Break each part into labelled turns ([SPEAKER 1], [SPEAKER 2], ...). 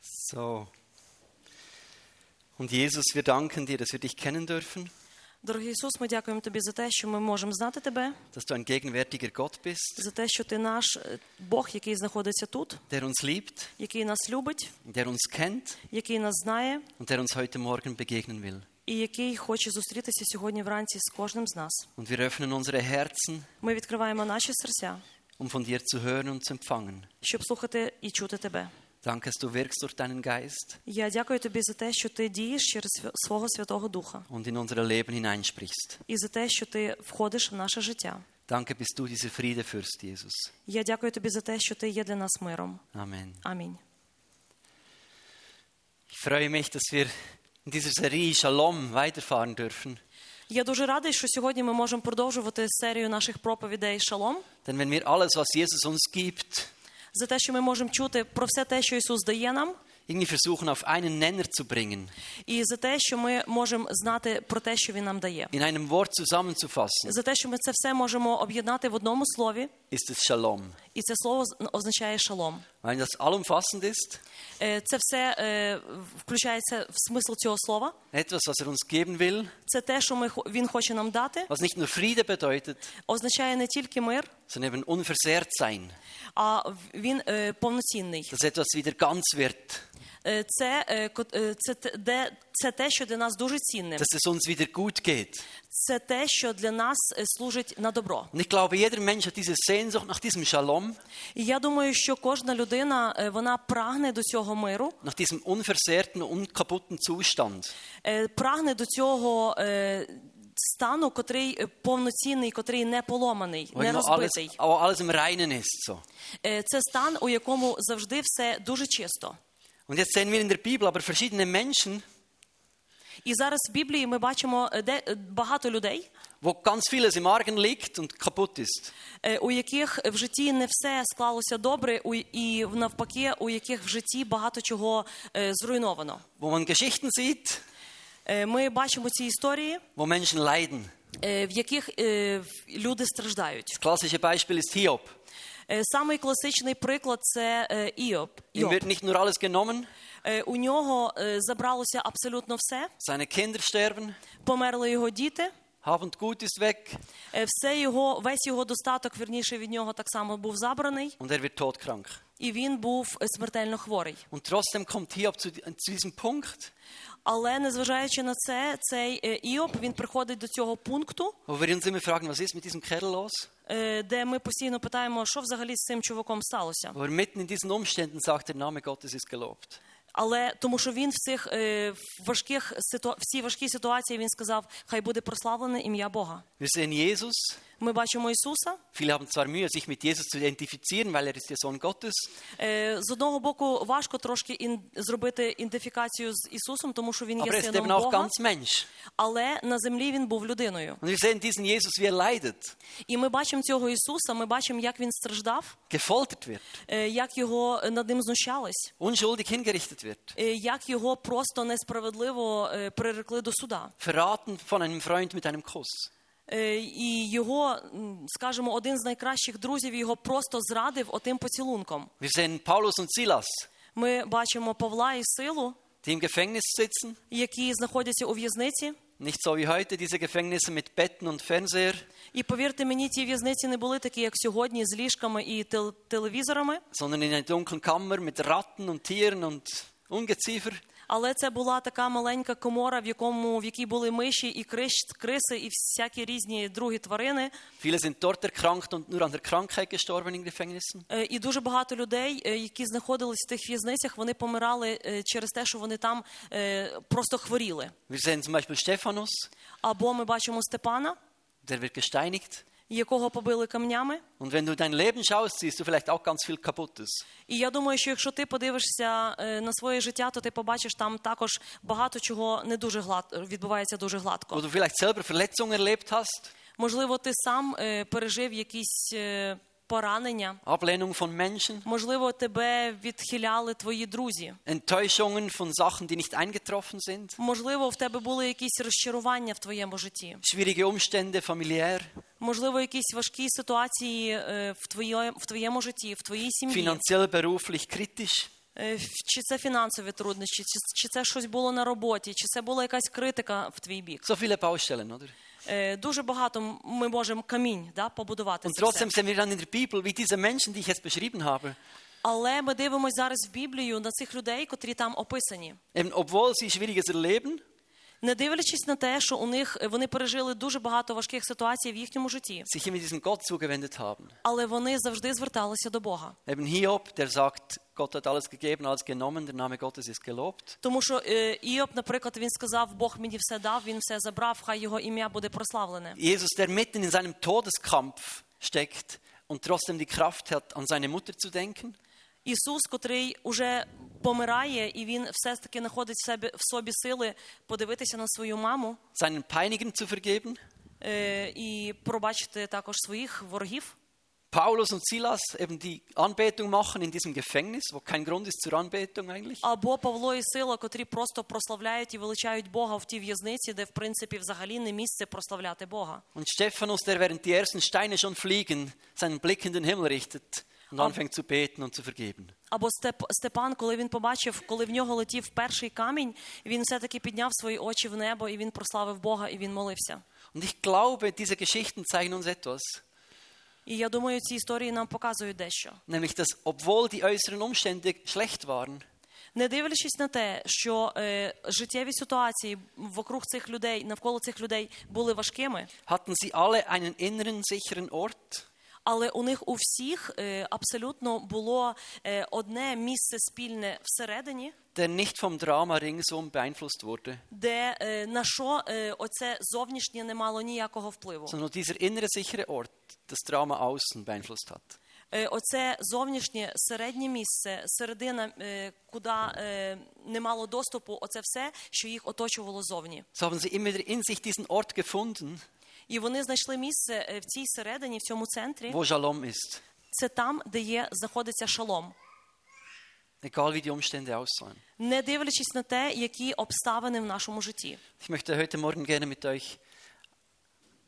[SPEAKER 1] So. Und Jesus, wir danken dir, dass wir dich kennen dürfen,
[SPEAKER 2] Дорогий Ісус, ми дякуємо тобі за те, що ми можемо знати тебе,
[SPEAKER 1] dass du ein gegenwärtiger Gott bist,
[SPEAKER 2] за те, що ти наш е, Бог, який знаходиться тут,
[SPEAKER 1] der uns liebt,
[SPEAKER 2] який нас любить,
[SPEAKER 1] der uns kennt
[SPEAKER 2] який нас знає
[SPEAKER 1] und der uns heute Morgen begegnen will.
[SPEAKER 2] і який хоче зустрітися сьогодні вранці з кожним з нас.
[SPEAKER 1] Und wir öffnen unsere Herzen,
[SPEAKER 2] Ми відкриваємо наші серця,
[SPEAKER 1] um von dir zu hören und zu empfangen.
[SPEAKER 2] щоб слухати і чути тебе.
[SPEAKER 1] Danke, dass du wirkst durch deinen Geist
[SPEAKER 2] Я дякую тобі за те, що ти дієш через свя- свого Святого Духа,
[SPEAKER 1] und in unser Leben hineinsprichst.
[SPEAKER 2] і за те, що ти входиш в наше життя.
[SPEAKER 1] Danke, bist du dieser Friedefürst, Jesus.
[SPEAKER 2] Я дякую тобі за те, що ти є для нас миром.
[SPEAKER 1] Amen.
[SPEAKER 2] Амінь.
[SPEAKER 1] Ich freue mich, dass wir in dieser Serie Shalom weiterfahren dürfen.
[SPEAKER 2] Я дуже радий, що сьогодні ми можемо продовжувати серію наших проповідей Шалом.
[SPEAKER 1] Denn wenn wir alles, was Jesus uns gibt,
[SPEAKER 2] за те, що ми можемо чути про все те, що Ісус дає нам,
[SPEAKER 1] irgendwie versuchen auf einen Nenner zu bringen,
[SPEAKER 2] і за те, що ми можемо знати про те, що Він нам дає.
[SPEAKER 1] in einem Wort zusammenzufassen,
[SPEAKER 2] За те, що ми це все можемо об'єднати в одному слові,
[SPEAKER 1] ist es Shalom.
[SPEAKER 2] і це слово з- означає шалом.
[SPEAKER 1] Weil das allumfassend ist,
[SPEAKER 2] Е, Це все е, включається в смисл цього слова.
[SPEAKER 1] etwas, was er uns geben will,
[SPEAKER 2] Це те, що ми хо- він хоче нам дати,
[SPEAKER 1] was nicht nur Friede bedeutet,
[SPEAKER 2] означає не тільки мир,
[SPEAKER 1] sondern eben unversehrt sein,
[SPEAKER 2] а в- він е, повноцінний.
[SPEAKER 1] dass etwas wieder ganz wird,
[SPEAKER 2] Е, Це, е, ко- е, це, те- де, це те, що для нас дуже цінне.
[SPEAKER 1] dass es uns wieder gut geht.
[SPEAKER 2] Це те, що для нас е, служить на добро.
[SPEAKER 1] Und ich glaube, jeder Mensch hat diese Sehnsucht nach diesem Shalom,
[SPEAKER 2] І я думаю, що кожна людина е, вона прагне до цього миру,
[SPEAKER 1] nach diesem unversehrten, unkaputten Zustand.
[SPEAKER 2] е, прагне до цього е, стану, котрий е, повноцінний, котрий не поломаний,
[SPEAKER 1] Wo
[SPEAKER 2] не
[SPEAKER 1] immer alles,
[SPEAKER 2] розбитий.
[SPEAKER 1] wo alles im Reinen ist. So.
[SPEAKER 2] Е, Це стан, у якому завжди все дуже чисто.
[SPEAKER 1] Und jetzt sehen wir in der Bibel aber verschiedene Menschen,
[SPEAKER 2] І зараз в Біблії ми бачимо е, де е, багато людей,
[SPEAKER 1] wo ganz vieles im Argen liegt und kaputt ist.
[SPEAKER 2] е, у яких в житті не все склалося добре, у- і навпаки, у яких в житті багато чого е, зруйновано.
[SPEAKER 1] Wo man Geschichten sieht,
[SPEAKER 2] Е, Ми бачимо ці історії,
[SPEAKER 1] wo Menschen leiden.
[SPEAKER 2] е, в яких е, в- люди страждають.
[SPEAKER 1] Das klassische Beispiel ist Hiob.
[SPEAKER 2] Е, Самий класичний приклад це е, Іоб.
[SPEAKER 1] Ihm
[SPEAKER 2] Йоб.
[SPEAKER 1] wird nicht nur alles genommen,
[SPEAKER 2] Е, У нього е, забралося абсолютно все.
[SPEAKER 1] seine Kinder sterben,
[SPEAKER 2] Померли його діти.
[SPEAKER 1] Hab und Gut ist weg
[SPEAKER 2] е, Все його, весь його достаток, верніше від нього так само був забраний,
[SPEAKER 1] und er wird todkrank.
[SPEAKER 2] і він був е, смертельно хворий.
[SPEAKER 1] Und trotzdem kommt Hiob zu, zu diesem Punkt,
[SPEAKER 2] Але незважаючи на це, цей е, Іоб він приходить до цього пункту,
[SPEAKER 1] wo wir uns immer fragen, was ist mit diesem Kerl los?
[SPEAKER 2] е, де ми постійно питаємо, що взагалі з цим чуваком сталося.
[SPEAKER 1] Wo er mitten in diesen Umständen sagt, der Name Gottes ist gelobt.
[SPEAKER 2] Але тому, що він в цих е, в важких ситуа- всі важкі ситуації він сказав: Хай буде прославлене ім'я Бога.
[SPEAKER 1] Wir sehen Jesus.
[SPEAKER 2] Ми бачимо Ісуса.
[SPEAKER 1] Viele haben zwar Mühe, sich mit Jesus zu identifizieren, weil er ist der Sohn Gottes.
[SPEAKER 2] Е, З одного боку, важко трошки ін... зробити ідентифікацію з Ісусом, тому що він є
[SPEAKER 1] Aber er ist
[SPEAKER 2] сином
[SPEAKER 1] eben auch
[SPEAKER 2] Бога,
[SPEAKER 1] ganz Mensch.
[SPEAKER 2] але на землі він був людиною.
[SPEAKER 1] Und wir sehen diesen Jesus, wie er leidet,
[SPEAKER 2] І ми бачимо цього Ісуса, ми бачимо, як він страждав,
[SPEAKER 1] gefoltert wird,
[SPEAKER 2] е, як його над ним знущались,
[SPEAKER 1] unschuldig hingerichtet wird,
[SPEAKER 2] е, як його просто несправедливо е, прирекли до суда.
[SPEAKER 1] verraten von einem Freund mit einem Kuss.
[SPEAKER 2] Е, І його, м, скажімо, один з найкращих друзів його просто зрадив отим поцілунком.
[SPEAKER 1] Wir sehen Paulus und Silas,
[SPEAKER 2] Ми bачимо Павла і Силу,
[SPEAKER 1] die im Gefängnis sitzen,
[SPEAKER 2] які знаходяться у в'язниці.
[SPEAKER 1] nicht so wie heute diese Gefängnisse mit Betten und Fernseher,
[SPEAKER 2] І повірте мені, ті в'язниці не були такі, як сьогодні, з ліжками і тел- телевізорами,
[SPEAKER 1] sondern in einer dunklen Kammer mit Ratten und Tieren und Ungeziefer.
[SPEAKER 2] але це була така маленька комора, в якому в якій були миші і криш, криси, і всякі різні другі тварини.
[SPEAKER 1] Viele sind dort erkrankt und nur an der Krankheit gestorben in Gefängnissen.
[SPEAKER 2] Е, І дуже багато людей, е, які знаходились в тих в'язницях, вони помирали е, через те, що вони там е, просто хворіли.
[SPEAKER 1] Wir sehen zum Beispiel Stephanus,
[SPEAKER 2] Або ми бачимо Степана,
[SPEAKER 1] der wird gesteinigt.
[SPEAKER 2] якого побили камнями.
[SPEAKER 1] Und wenn du dein Leben schaust, siehst du vielleicht auch ganz viel Kaputtes.
[SPEAKER 2] І я думаю, що якщо ти подивишся е, на своє життя, то ти побачиш там також багато чого не дуже глад відбувається дуже гладко.
[SPEAKER 1] Wo du vielleicht selber Verletzungen erlebt hast,
[SPEAKER 2] Можливо, ти сам е, пережив якісь е, поранення.
[SPEAKER 1] Ablehnung von Menschen,
[SPEAKER 2] Можливо, тебе відхиляли твої друзі.
[SPEAKER 1] Enttäuschungen von Sachen, die nicht eingetroffen sind,
[SPEAKER 2] Можливо, в тебе були якісь розчарування в твоєму житті.
[SPEAKER 1] schwierige Umstände familiär,
[SPEAKER 2] Можливо, якісь важкі ситуації е, в твоє, в твоєму житті, в твоїй сім'ї.
[SPEAKER 1] finanziell, beruflich, kritisch.
[SPEAKER 2] Е, ф- Чи це фінансові труднощі, чи, чи це щось було на роботі, чи це була якась критика в твій бік?
[SPEAKER 1] So viele Baustellen, oder?
[SPEAKER 2] Е, Дуже багато м- ми можемо камінь да, побудувати.
[SPEAKER 1] Und
[SPEAKER 2] це все.
[SPEAKER 1] trotzdem sind wir dann in der Bibel wie diese Menschen, die ich jetzt beschrieben habe.
[SPEAKER 2] Але ми дивимося зараз в Біблію на цих людей, котрі там описані.
[SPEAKER 1] Eben, obwohl sie Schwieriges erleben,
[SPEAKER 2] Не дивлячись на те, що у них е, вони пережили дуже багато важких ситуацій в їхньому житті,
[SPEAKER 1] sich immer diesem Gott zugewendet haben.
[SPEAKER 2] але вони завжди зверталися до Бога.
[SPEAKER 1] Eben Hiob, der sagt, Gott hat alles gegeben, alles genommen, der Name Gottes ist gelobt.
[SPEAKER 2] Тому що е, Іоб, наприклад, він сказав: Бог мені все дав, він все забрав, хай його ім'я буде прославлене.
[SPEAKER 1] Jesus, der mitten in seinem Todeskampf steckt und trotzdem die Kraft hat, an seine Mutter zu denken.
[SPEAKER 2] Ісус, котрий уже помирає, і він все ж таки знаходить в себе в собі сили подивитися на свою маму
[SPEAKER 1] seinen Peinigern zu vergeben.
[SPEAKER 2] е, і пробачити також своїх ворогів.
[SPEAKER 1] Paulus und Silas eben die Anbetung machen in diesem Gefängnis, wo kein Grund ist zur Anbetung eigentlich.
[SPEAKER 2] Або Павло і Сила, котрі просто прославляють і величають Бога в тій в'язниці, де в принципі взагалі не місце прославляти Бога.
[SPEAKER 1] Und Stephanus, der während die ersten Steine schon fliegen, seinen Blick in den Himmel richtet und anfängt zu beten und zu vergeben.
[SPEAKER 2] Або Степ, Степан, коли він побачив, коли в нього летів перший камінь, він все-таки підняв свої очі в небо і він прославив Бога і він молився.
[SPEAKER 1] Und ich glaube, diese Geschichten zeigen uns etwas,
[SPEAKER 2] І я думаю, ці історії нам показують дещо.
[SPEAKER 1] nämlich dass obwohl die äußeren Umstände schlecht waren,
[SPEAKER 2] Не дивлячись на те, що е, життєві ситуації вокруг цих людей, навколо цих людей були важкими,
[SPEAKER 1] hatten sie alle einen inneren sicheren Ort,
[SPEAKER 2] але у них у всіх е, абсолютно було е, одне місце спільне всередині,
[SPEAKER 1] der nicht vom Drama ringsum beeinflusst wurde,
[SPEAKER 2] де е, на що е, оце зовнішнє не мало ніякого впливу.
[SPEAKER 1] sondern nur dieser innere sichere Ort das Drama außen beeinflusst hat.
[SPEAKER 2] Е, Оце зовнішнє середнє місце, середина, е, куди е, не мало доступу, оце все, що їх оточувало зовні.
[SPEAKER 1] So haben sie immer wieder in sich diesen Ort gefunden,
[SPEAKER 2] І вони знайшли місце е, в цій середині, в цьому центрі.
[SPEAKER 1] wo Shalom ist.
[SPEAKER 2] Це там, де є знаходиться шалом.
[SPEAKER 1] Egal wie die Umstände aussahen.
[SPEAKER 2] Не дивлячись на те, які обставини в нашому житті.
[SPEAKER 1] Ich möchte heute Morgen gerne mit euch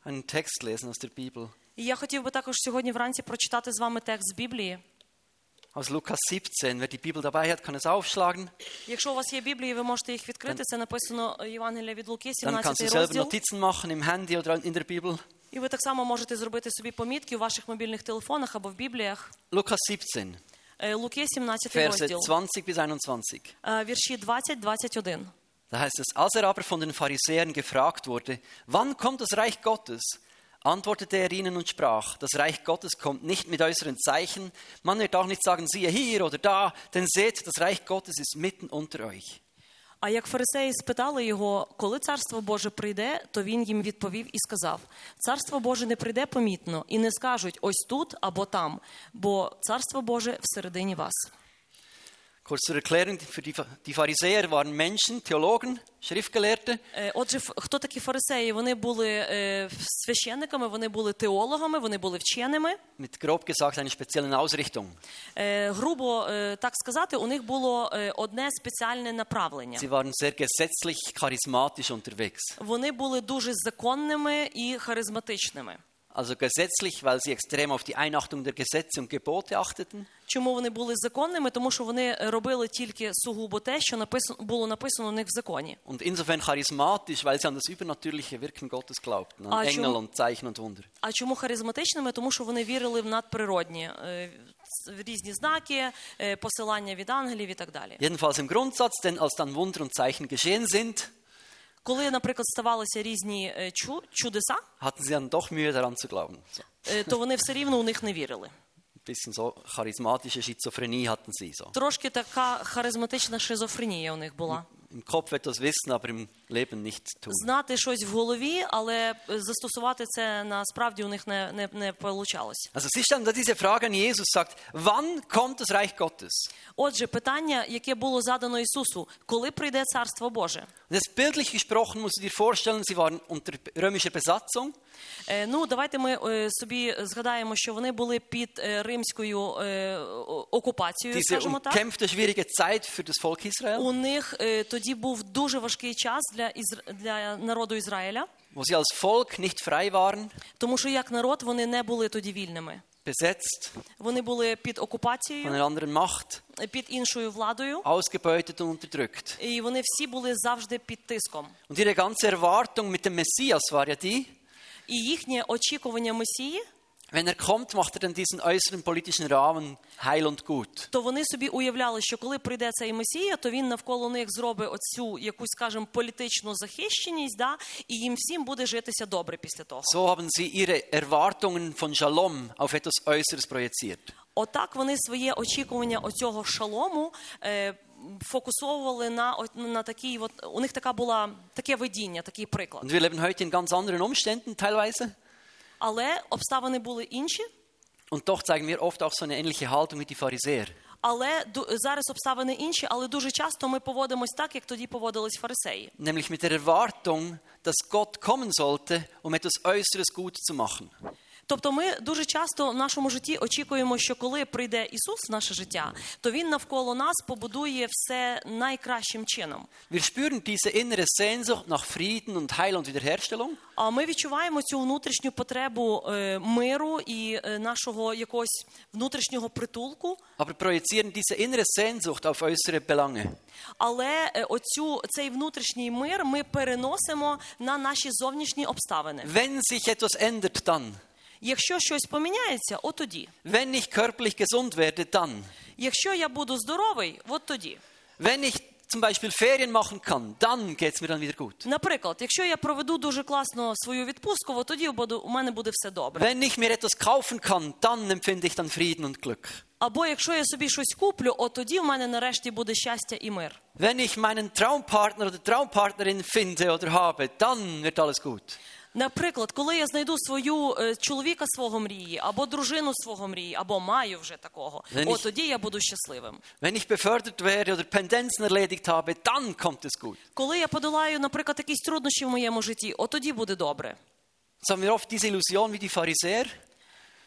[SPEAKER 1] einen Text lesen aus der Bibel,
[SPEAKER 2] І я хотів би також сьогодні вранці прочитати з вами текст з Біблії.
[SPEAKER 1] aus Lukas 17. Wer die Bibel dabei hat, kann es aufschlagen.
[SPEAKER 2] Якщо у вас є Біблії, ви можете їх відкрити. Це написано е, Євангелія від Луки,
[SPEAKER 1] Dann kannst
[SPEAKER 2] 17
[SPEAKER 1] du selber
[SPEAKER 2] розділ.
[SPEAKER 1] Notizen machen im Handy oder in der Bibel.
[SPEAKER 2] І ви так само можете зробити собі помітки у ваших мобільних телефонах або в бібліях.
[SPEAKER 1] Lukas 17,
[SPEAKER 2] Е, Луки 17
[SPEAKER 1] Verse
[SPEAKER 2] розділ,
[SPEAKER 1] 20 bis 21.
[SPEAKER 2] е, вірші 20-21.
[SPEAKER 1] Da heißt es, als er aber von den Pharisäern gefragt wurde, wann kommt das Reich Gottes? Antwortete er ihnen und sprach, das Reich Gottes kommt nicht mit äußeren Zeichen, man wird auch nicht sagen, siehe hier oder da, denn seht, das Reich Gottes ist mitten unter euch.
[SPEAKER 2] А як фарисеї спитали його, коли царство Боже прийде, то він їм відповів і сказав: Царство Боже не прийде помітно, і не скажуть ось тут або там, бо царство Боже всередині вас.
[SPEAKER 1] Kurz zur Erklärung, für die, die Pharisäer waren Menschen, Theologen, Schriftgelehrte,
[SPEAKER 2] Е, Отже, ф- хто такі фарисеї? Вони були е, священниками, вони були теологами, вони були вченими.
[SPEAKER 1] mit grob gesagt einer speziellen Ausrichtung.
[SPEAKER 2] Е, грубо е, так сказати, у них було е, одне спеціальне направлення.
[SPEAKER 1] Sie waren sehr gesetzlich, charismatisch unterwegs.
[SPEAKER 2] Вони були дуже законними і харизматичними.
[SPEAKER 1] Also gesetzlich, weil sie extrem auf die Einachtung der Gesetze und Gebote achteten.
[SPEAKER 2] Чому вони були законними? Тому що вони робили тільки сугубо те, що написано було написано у них в законі.
[SPEAKER 1] Und insofern charismatisch, weil sie an das übernatürliche Wirken Gottes glaubten, an
[SPEAKER 2] Ah, schon.
[SPEAKER 1] Engel und Zeichen und Wunder.
[SPEAKER 2] А чому харизматичними? Тому що вони вірили в надприродні е, в різні знаки, е, посилання від ангелів і так далі.
[SPEAKER 1] Jedenfalls im Grundsatz, denn als dann Wunder und Zeichen geschehen sind,
[SPEAKER 2] Коли, наприклад, ставалися різні е, чу, чудеса,
[SPEAKER 1] hatten sie dann doch Mühe daran zu glauben. So, ein
[SPEAKER 2] е, то вони все рівно у них не вірили.
[SPEAKER 1] bisschen so charismatische Schizophrenie hatten sie so.
[SPEAKER 2] Трошки така харизматична шизофренія у них була.
[SPEAKER 1] Im Kopf etwas wissen, aber im Leben nicht tun.
[SPEAKER 2] Знати щось в голові, але е, застосувати це насправді у них не, не, не получалось.
[SPEAKER 1] Also sie stellen da diese Frage an Jesus, sagt, wann kommt das Reich Gottes?
[SPEAKER 2] Отже, питання, яке було задано Ісусу, коли прийде Царство Боже?
[SPEAKER 1] Und jetzt bildlich gesprochen musst du dir vorstellen, sie waren unter römischer Besatzung.
[SPEAKER 2] Е, ну, давайте ми е, собі згадаємо, що вони були під е, римською е, о- окупацією,
[SPEAKER 1] Diese
[SPEAKER 2] скажімо так.
[SPEAKER 1] umkämpfte, schwierige Zeit für das Volk Israel,
[SPEAKER 2] У них е, тоді був дуже важкий час для Ізра- для народу Ізраїля,
[SPEAKER 1] wo sie als Volk nicht frei waren.
[SPEAKER 2] тому що як народ вони не були тоді вільними.
[SPEAKER 1] besetzt
[SPEAKER 2] Вони були під
[SPEAKER 1] von
[SPEAKER 2] окупацією,
[SPEAKER 1] einer anderen Macht,
[SPEAKER 2] під іншою владою,
[SPEAKER 1] ausgebeutet und unterdrückt.
[SPEAKER 2] і вони всі були завжди під тиском.
[SPEAKER 1] Und ihre ganze Erwartung mit dem Messias war ja die,
[SPEAKER 2] І їхнє очікування Месії,
[SPEAKER 1] wenn er kommt, macht er dann diesen äußeren politischen Rahmen heil und gut.
[SPEAKER 2] то вони собі уявляли, що коли прийде цей Месія, то він навколо них зробить оцю якусь, скажімо, політичну захищеність, да, і їм всім буде житися добре після того.
[SPEAKER 1] So haben sie ihre Erwartungen von Shalom auf etwas Äußeres projiziert.
[SPEAKER 2] Отак вони своє очікування оцього шалому е, фокусовували на, о- на такій, от у них така була таке видіння, такий приклад.
[SPEAKER 1] Und wir leben heute in ganz anderen Umständen teilweise.
[SPEAKER 2] Але обставини були інші.
[SPEAKER 1] Und doch zeigen wir oft auch so eine ähnliche Haltung wie die Pharisäer.
[SPEAKER 2] Але ду- зараз обставини інші, але дуже часто ми поводимось так, як тоді поводились фарисеї.
[SPEAKER 1] Nämlich mit der Erwartung, dass Gott kommen sollte, um etwas Äußeres gut zu machen.
[SPEAKER 2] Тобто, ми дуже часто в нашому житті очікуємо, що коли прийде Ісус в наше життя, то Він навколо нас побудує все найкращим чином.
[SPEAKER 1] Wir spüren diese innere Sehnsucht nach Frieden und Heil und Wiederherstellung.
[SPEAKER 2] А ми відчуваємо цю внутрішню потребу е, миру і е, нашого якогось внутрішнього притулку,
[SPEAKER 1] aber projizieren diese innere Sehnsucht auf äußere Belange.
[SPEAKER 2] але е, оцю цей внутрішній мир ми переносимо на наші зовнішні обставини.
[SPEAKER 1] Wenn sich etwas ändert, dann.
[SPEAKER 2] Якщо щось поміняється, от тоді.
[SPEAKER 1] Wenn ich körperlich gesund werde, dann.
[SPEAKER 2] Якщо я буду здоровий, от тоді.
[SPEAKER 1] Wenn ich zum Beispiel Ferien machen kann, dann geht es mir dann wieder gut.
[SPEAKER 2] Наприклад, якщо я проведу дуже класно свою відпустку, от тоді буду, у мене буде все добре.
[SPEAKER 1] Wenn ich mir etwas kaufen kann, dann empfinde ich dann Frieden und Glück.
[SPEAKER 2] Або якщо я собі щось куплю, от тоді в мене нарешті буде щастя і мир.
[SPEAKER 1] Wenn ich meinen Traumpartner oder Traumpartnerin finde oder habe, dann wird alles gut.
[SPEAKER 2] Наприклад, коли я знайду свою е, чоловіка свого мрії, або дружину свого мрії, або маю вже такого,
[SPEAKER 1] Та ні.
[SPEAKER 2] от тоді я буду щасливим.
[SPEAKER 1] Wenn ich befördert werde oder Pendenzen erledigt habe, dann kommt es gut.
[SPEAKER 2] Коли я подолаю, наприклад, якісь труднощі в моєму житті, от тоді буде добре.
[SPEAKER 1] Jetzt haben wir oft diese Illusion wie die Pharisäer,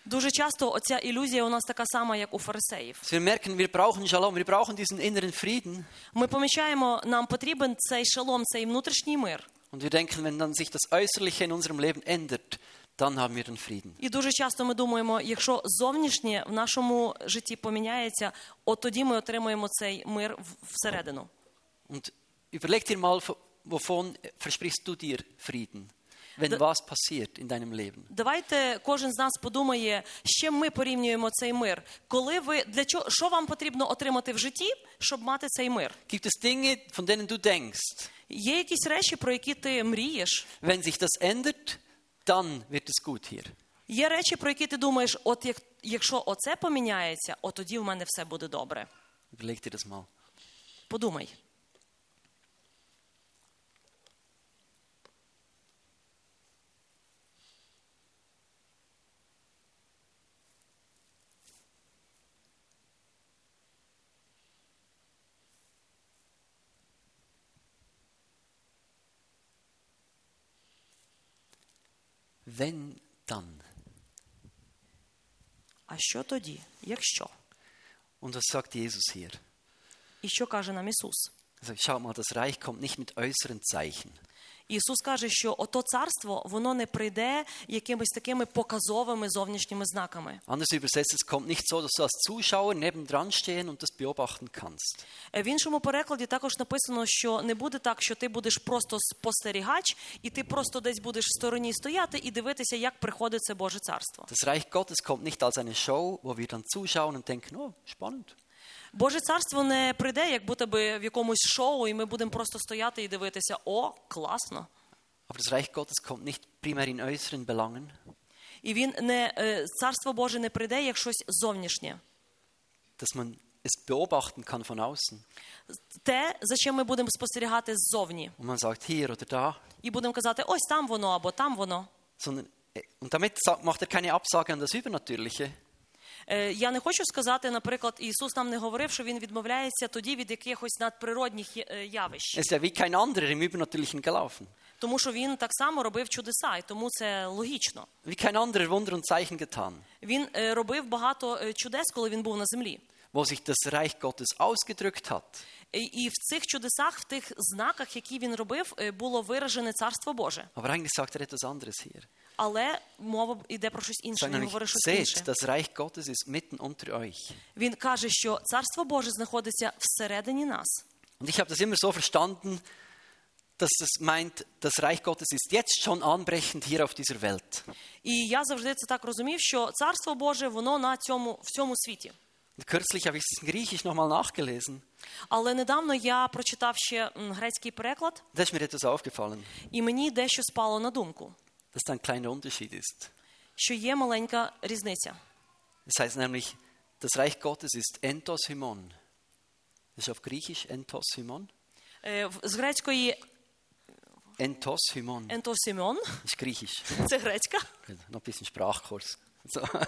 [SPEAKER 2] Дуже часто оця ілюзія у нас така сама, як у фарисеїв.
[SPEAKER 1] dass wir merken, wir brauchen Shalom, wir brauchen diesen inneren Frieden.
[SPEAKER 2] Ми помічаємо, нам потрібен цей шалом, цей внутрішній мир.
[SPEAKER 1] Und wir denken, wenn dann sich das Äußerliche in unserem Leben ändert, dann haben wir den Frieden.
[SPEAKER 2] І дуже часто ми думаємо, якщо зовнішнє в нашому житті поміняється, от тоді ми отримуємо цей мир в- всередину.
[SPEAKER 1] Und überleg dir mal, wovon versprichst du dir Frieden, wenn was passiert in deinem Leben?
[SPEAKER 2] Давайте кожен з нас подумає, з чим ми порівнюємо цей мир. Коли ви для чого що вам потрібно отримати в житті, щоб мати цей мир?
[SPEAKER 1] Gibt es Dinge, von denen du denkst,
[SPEAKER 2] Є якісь речі, про які ти мрієш.
[SPEAKER 1] wenn sich das ändert, dann wird es gut hier?
[SPEAKER 2] Є речі, про які ти думаєш, от як, якщо оце поміняється, от тоді в мене все буде добре.
[SPEAKER 1] Überleg dir das mal.
[SPEAKER 2] Подумай.
[SPEAKER 1] Wenn dann.
[SPEAKER 2] А що тоді? Якщо?
[SPEAKER 1] Und was sagt Jesus hier?
[SPEAKER 2] І що каже нам Ісус?
[SPEAKER 1] Also schau mal, das Reich kommt nicht mit äußeren Zeichen.
[SPEAKER 2] Ісус каже, що ото царство воно не прийде якимись такими показовими зовнішніми знаками.
[SPEAKER 1] Anders übersetzt, es kommt nicht so, dass du als Zuschauer nebendran stehen und das beobachten kannst.
[SPEAKER 2] Е, В іншому перекладі також написано, що не буде так, що ти будеш просто спостерігач, і ти просто десь будеш в стороні стояти і дивитися, як приходить це Боже царство.
[SPEAKER 1] Das Reich Gottes kommt nicht als eine Show, wo wir dann zuschauen und denken, oh, spannend.
[SPEAKER 2] Боже царство не прийде, як будто би в якомусь шоу, і ми будемо просто стояти і дивитися: о, класно.
[SPEAKER 1] Aber das Reich Gottes kommt nicht primär in äußeren Belangen.
[SPEAKER 2] І він не е, царство Боже не прийде як щось зовнішнє.
[SPEAKER 1] Dass man es beobachten kann von außen.
[SPEAKER 2] Те, за чим ми будемо спостерігати ззовні,
[SPEAKER 1] Und man sagt hier oder da.
[SPEAKER 2] і будемо казати, ось там воно або там воно.
[SPEAKER 1] Sondern, und damit sagt- macht er keine Absage an das Übernatürliche.
[SPEAKER 2] Е, Я не хочу сказати, наприклад, Ісус нам не говорив, що він відмовляється тоді від якихось надприродних є- е, явищ,
[SPEAKER 1] Es ist ja wie kein anderer im Übernatürlichen gelaufen.
[SPEAKER 2] тому що він так само робив чудеса, і тому це логічно.
[SPEAKER 1] Wie kein anderer Wunder und Zeichen getan.
[SPEAKER 2] Він е, робив багато е, чудес, коли він був на землі.
[SPEAKER 1] wo sich das Reich Gottes ausgedrückt hat.
[SPEAKER 2] І- І в цих чудесах, в тих знаках, які він робив, е, було виражене царство Боже.
[SPEAKER 1] Aber eigentlich sagt er etwas anderes hier.
[SPEAKER 2] Але мова йде про щось
[SPEAKER 1] Er
[SPEAKER 2] інше.
[SPEAKER 1] sagt
[SPEAKER 2] Він
[SPEAKER 1] nämlich,
[SPEAKER 2] говорить щось інше.
[SPEAKER 1] seht, das Reich Gottes ist mitten unter euch.
[SPEAKER 2] Він каже, що царство Боже знаходиться всередині нас.
[SPEAKER 1] Und ich habe das immer so verstanden, dass es meint, das Reich Gottes ist jetzt schon anbrechend hier auf dieser Welt.
[SPEAKER 2] І я завжди це так розумів, що царство Боже воно на цьому в цьому світі.
[SPEAKER 1] Und kürzlich habe ich es in Griechisch nochmal nachgelesen.
[SPEAKER 2] Але недавно я прочитав ще м, грецький переклад,
[SPEAKER 1] Da ist mir etwas aufgefallen,
[SPEAKER 2] і мені дещо спало на думку,
[SPEAKER 1] dass da ein kleiner Unterschied ist.
[SPEAKER 2] що є маленька різниця.
[SPEAKER 1] Das heißt nämlich, das Reich Gottes ist entosimon. Das ist auf Griechisch entosimon.
[SPEAKER 2] Е, в- З грецької
[SPEAKER 1] Entosimon
[SPEAKER 2] ентосімон,
[SPEAKER 1] ist Griechisch.
[SPEAKER 2] це грецька.
[SPEAKER 1] Noch ein bisschen Sprachkurs. So.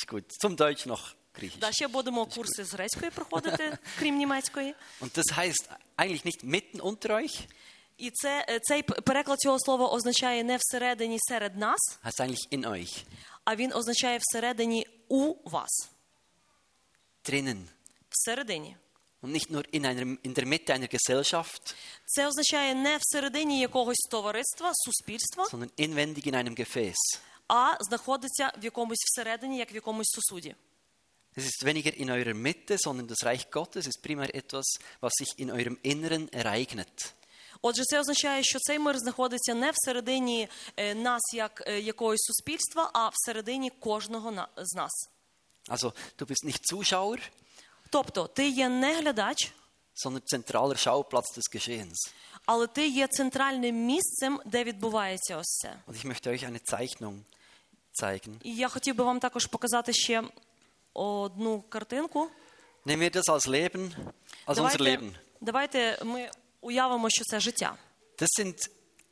[SPEAKER 1] ist gut. Zum Deutsch noch Griechisch.
[SPEAKER 2] Да, ще будемо курси з грецької проходити, крім німецької.
[SPEAKER 1] Und das heißt eigentlich nicht mitten unter euch,
[SPEAKER 2] І це е, цей п- переклад цього слова означає не всередині серед нас,
[SPEAKER 1] heißt eigentlich in euch,
[SPEAKER 2] а він означає всередині у вас,
[SPEAKER 1] drinnen.
[SPEAKER 2] всередині.
[SPEAKER 1] Und nicht nur in, einer, in der Mitte einer Gesellschaft,
[SPEAKER 2] Це означає не всередині якогось товариства, суспільства,
[SPEAKER 1] sondern inwendig in einem Gefäß.
[SPEAKER 2] а знаходиться в якомусь всередині, як в якомусь сосуді.
[SPEAKER 1] Es ist weniger in eurer Mitte, sondern das Reich Gottes ist primär etwas, was sich in eurem Inneren ereignet.
[SPEAKER 2] Отже, це означає, що цей мир знаходиться не всередині е, нас як е, якогось суспільства, а всередині кожного на- з нас.
[SPEAKER 1] Also du bist nicht Zuschauer,
[SPEAKER 2] Тобто, ти є не глядач,
[SPEAKER 1] sondern zentraler Schauplatz des Geschehens.
[SPEAKER 2] але ти є центральним місцем, де відбувається ось це.
[SPEAKER 1] Und ich möchte euch eine Zeichnung zeigen.
[SPEAKER 2] І я хотів би вам також показати ще одну картинку.
[SPEAKER 1] Nehmen wir das als Leben, als unser Leben.
[SPEAKER 2] давайте ми уявимо, що це життя.
[SPEAKER 1] Das sind